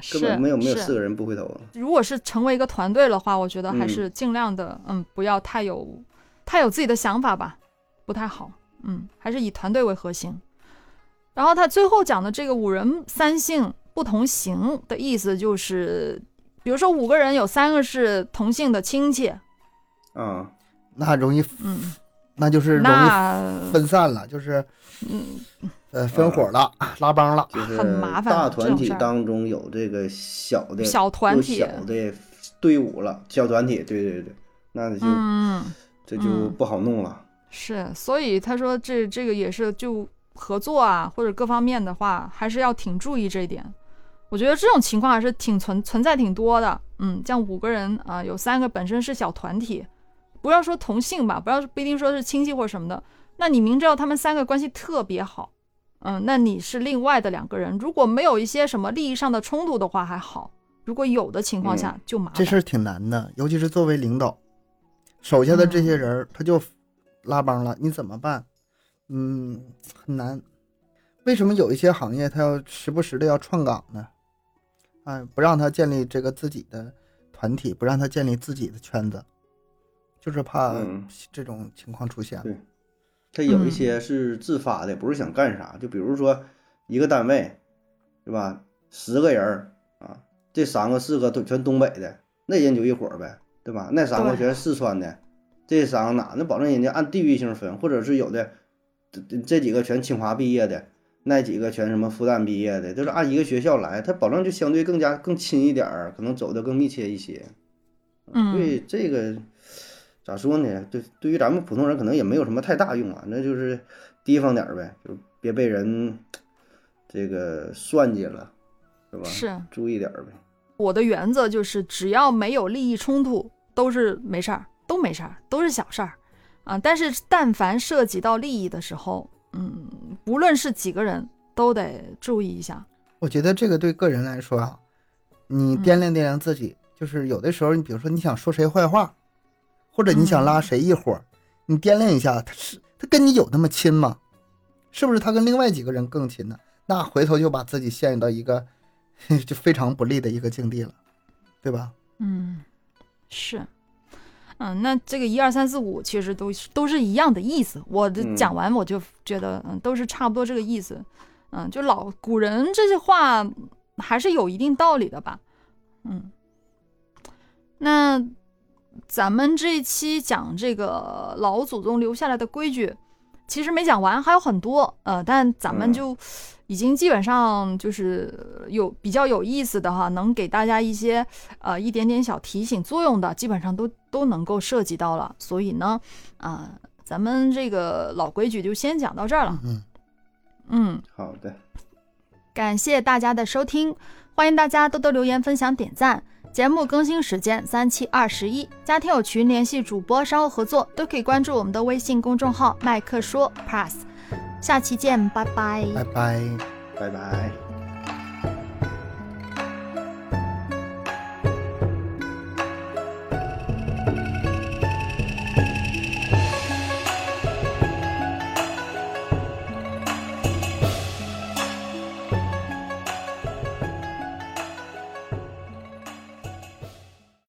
Speaker 1: 是
Speaker 2: 根本没有没有
Speaker 1: 是
Speaker 2: 四个人不回头。
Speaker 1: 如果是成为一个团队的话，我觉得还
Speaker 2: 嗯
Speaker 1: 是尽量的，嗯不要太有太有自己的想法吧，不太好。嗯，还是以团队为核心。然后他最后讲的这个五人三姓不同行的意思就是，比如说五个人有三个是同姓的亲戚，
Speaker 2: 啊、
Speaker 3: 那容易，
Speaker 1: 嗯，
Speaker 3: 那就是容易
Speaker 1: 那
Speaker 3: 分散了，就是
Speaker 1: 嗯
Speaker 3: 呃分伙了，拉帮了。
Speaker 2: 就是
Speaker 1: 啊很麻烦
Speaker 2: 大
Speaker 1: 这种
Speaker 2: 团体
Speaker 1: 事儿
Speaker 2: 当中有这个小的
Speaker 1: 小团
Speaker 2: 又
Speaker 1: 体，
Speaker 2: 小的队伍了，小团体，对对对，那就、
Speaker 1: 嗯。
Speaker 2: 这就
Speaker 1: 嗯
Speaker 2: 不好弄了。
Speaker 1: 是，所以他说这这个也是就合作啊，或者各方面的话，还是要挺注意这一点。我觉得这种情况还是挺存存在挺多的。嗯，像五个人啊、有三个本身是小团体，不要说同姓吧，不要不一定说是亲戚或者什么的。那你明知道他们三个关系特别好，嗯，那你是另外的两个人，如果没有一些什么利益上的冲突的话还好，如果有的情况
Speaker 2: 嗯
Speaker 1: 下就麻
Speaker 3: 这
Speaker 1: 烦。
Speaker 3: 事儿挺难的，尤其是作为领导，手下的这
Speaker 1: 嗯
Speaker 3: 些人儿他就拉帮了，你怎么办？嗯，很难。为什么有一些行业他要时不时的要创岗呢？哎，不让他建立这个自己的团体，不让他建立自己的圈子，就是怕
Speaker 2: 嗯
Speaker 3: 这种情况出现。
Speaker 2: 对它有一
Speaker 1: 嗯
Speaker 2: 些是自发的，不是想干啥。就比如说一个单位，对吧？十个人儿啊，这三个四个都全东北的，那人就一伙儿呗，对吧？那三个
Speaker 1: 对
Speaker 2: 全四川的，这三个哪？那保证人家按地域性分，或者是有的这这这几个全清华毕业的，那几个全什么复旦毕业的，都是按一个学校来，他保证就相对更加更亲一点儿，可能走得更密切一些。
Speaker 1: 嗯
Speaker 2: 对这个咋说呢？对，对于咱们普通人可能也没有什么太大用啊，那就是提防点儿呗，就别被人这个算计了，是吧？
Speaker 1: 是。
Speaker 2: 注意点儿呗。
Speaker 1: 我的原则就是，只要没有利益冲突，都是没事儿，都没事儿，都是小事儿啊。但是，但凡涉及到利益的时候，嗯，无论是几个人，都得注意一下。
Speaker 3: 我觉得这个对个人来说啊，你
Speaker 1: 嗯
Speaker 3: 掂量掂量自己，就是有的时候，你比如说你想说谁坏话，或者你想拉谁一伙儿，你掂量一下，他是他跟你有那么亲吗？是不是他跟另外几个人更亲呢？那回头就把自己陷入到一个 [LAUGHS] 就非常不利的一个境地了，对吧？
Speaker 1: 嗯，是，嗯，那这个一二三四五其实都是都是一样的意思。我的
Speaker 2: 嗯
Speaker 1: 讲完我就觉得，嗯，都是差不多这个意思。嗯，就老古人这些话嗯还是有一定道理的吧。嗯，那咱们这一期讲这个老祖宗留下来的规矩，其实没讲完，还有很多。呃，但咱们
Speaker 2: 嗯
Speaker 1: 就。已经基本上就是有比较有意思的哈，能给大家一些呃一点点小提醒作用的，基本上都都能够涉及到了。所以呢，啊、咱们这个老规矩就先讲到这儿了。
Speaker 3: 嗯，
Speaker 1: 嗯，
Speaker 2: 好的，
Speaker 1: 感谢大家的收听，欢迎大家多多留言、分享、点赞。节目更新时间三七二十一，加听友群联系主播商务合作，都可以关注我们的微信公众号“麦克说 Plus”。下期见，拜拜
Speaker 3: 拜拜。
Speaker 2: 拜拜。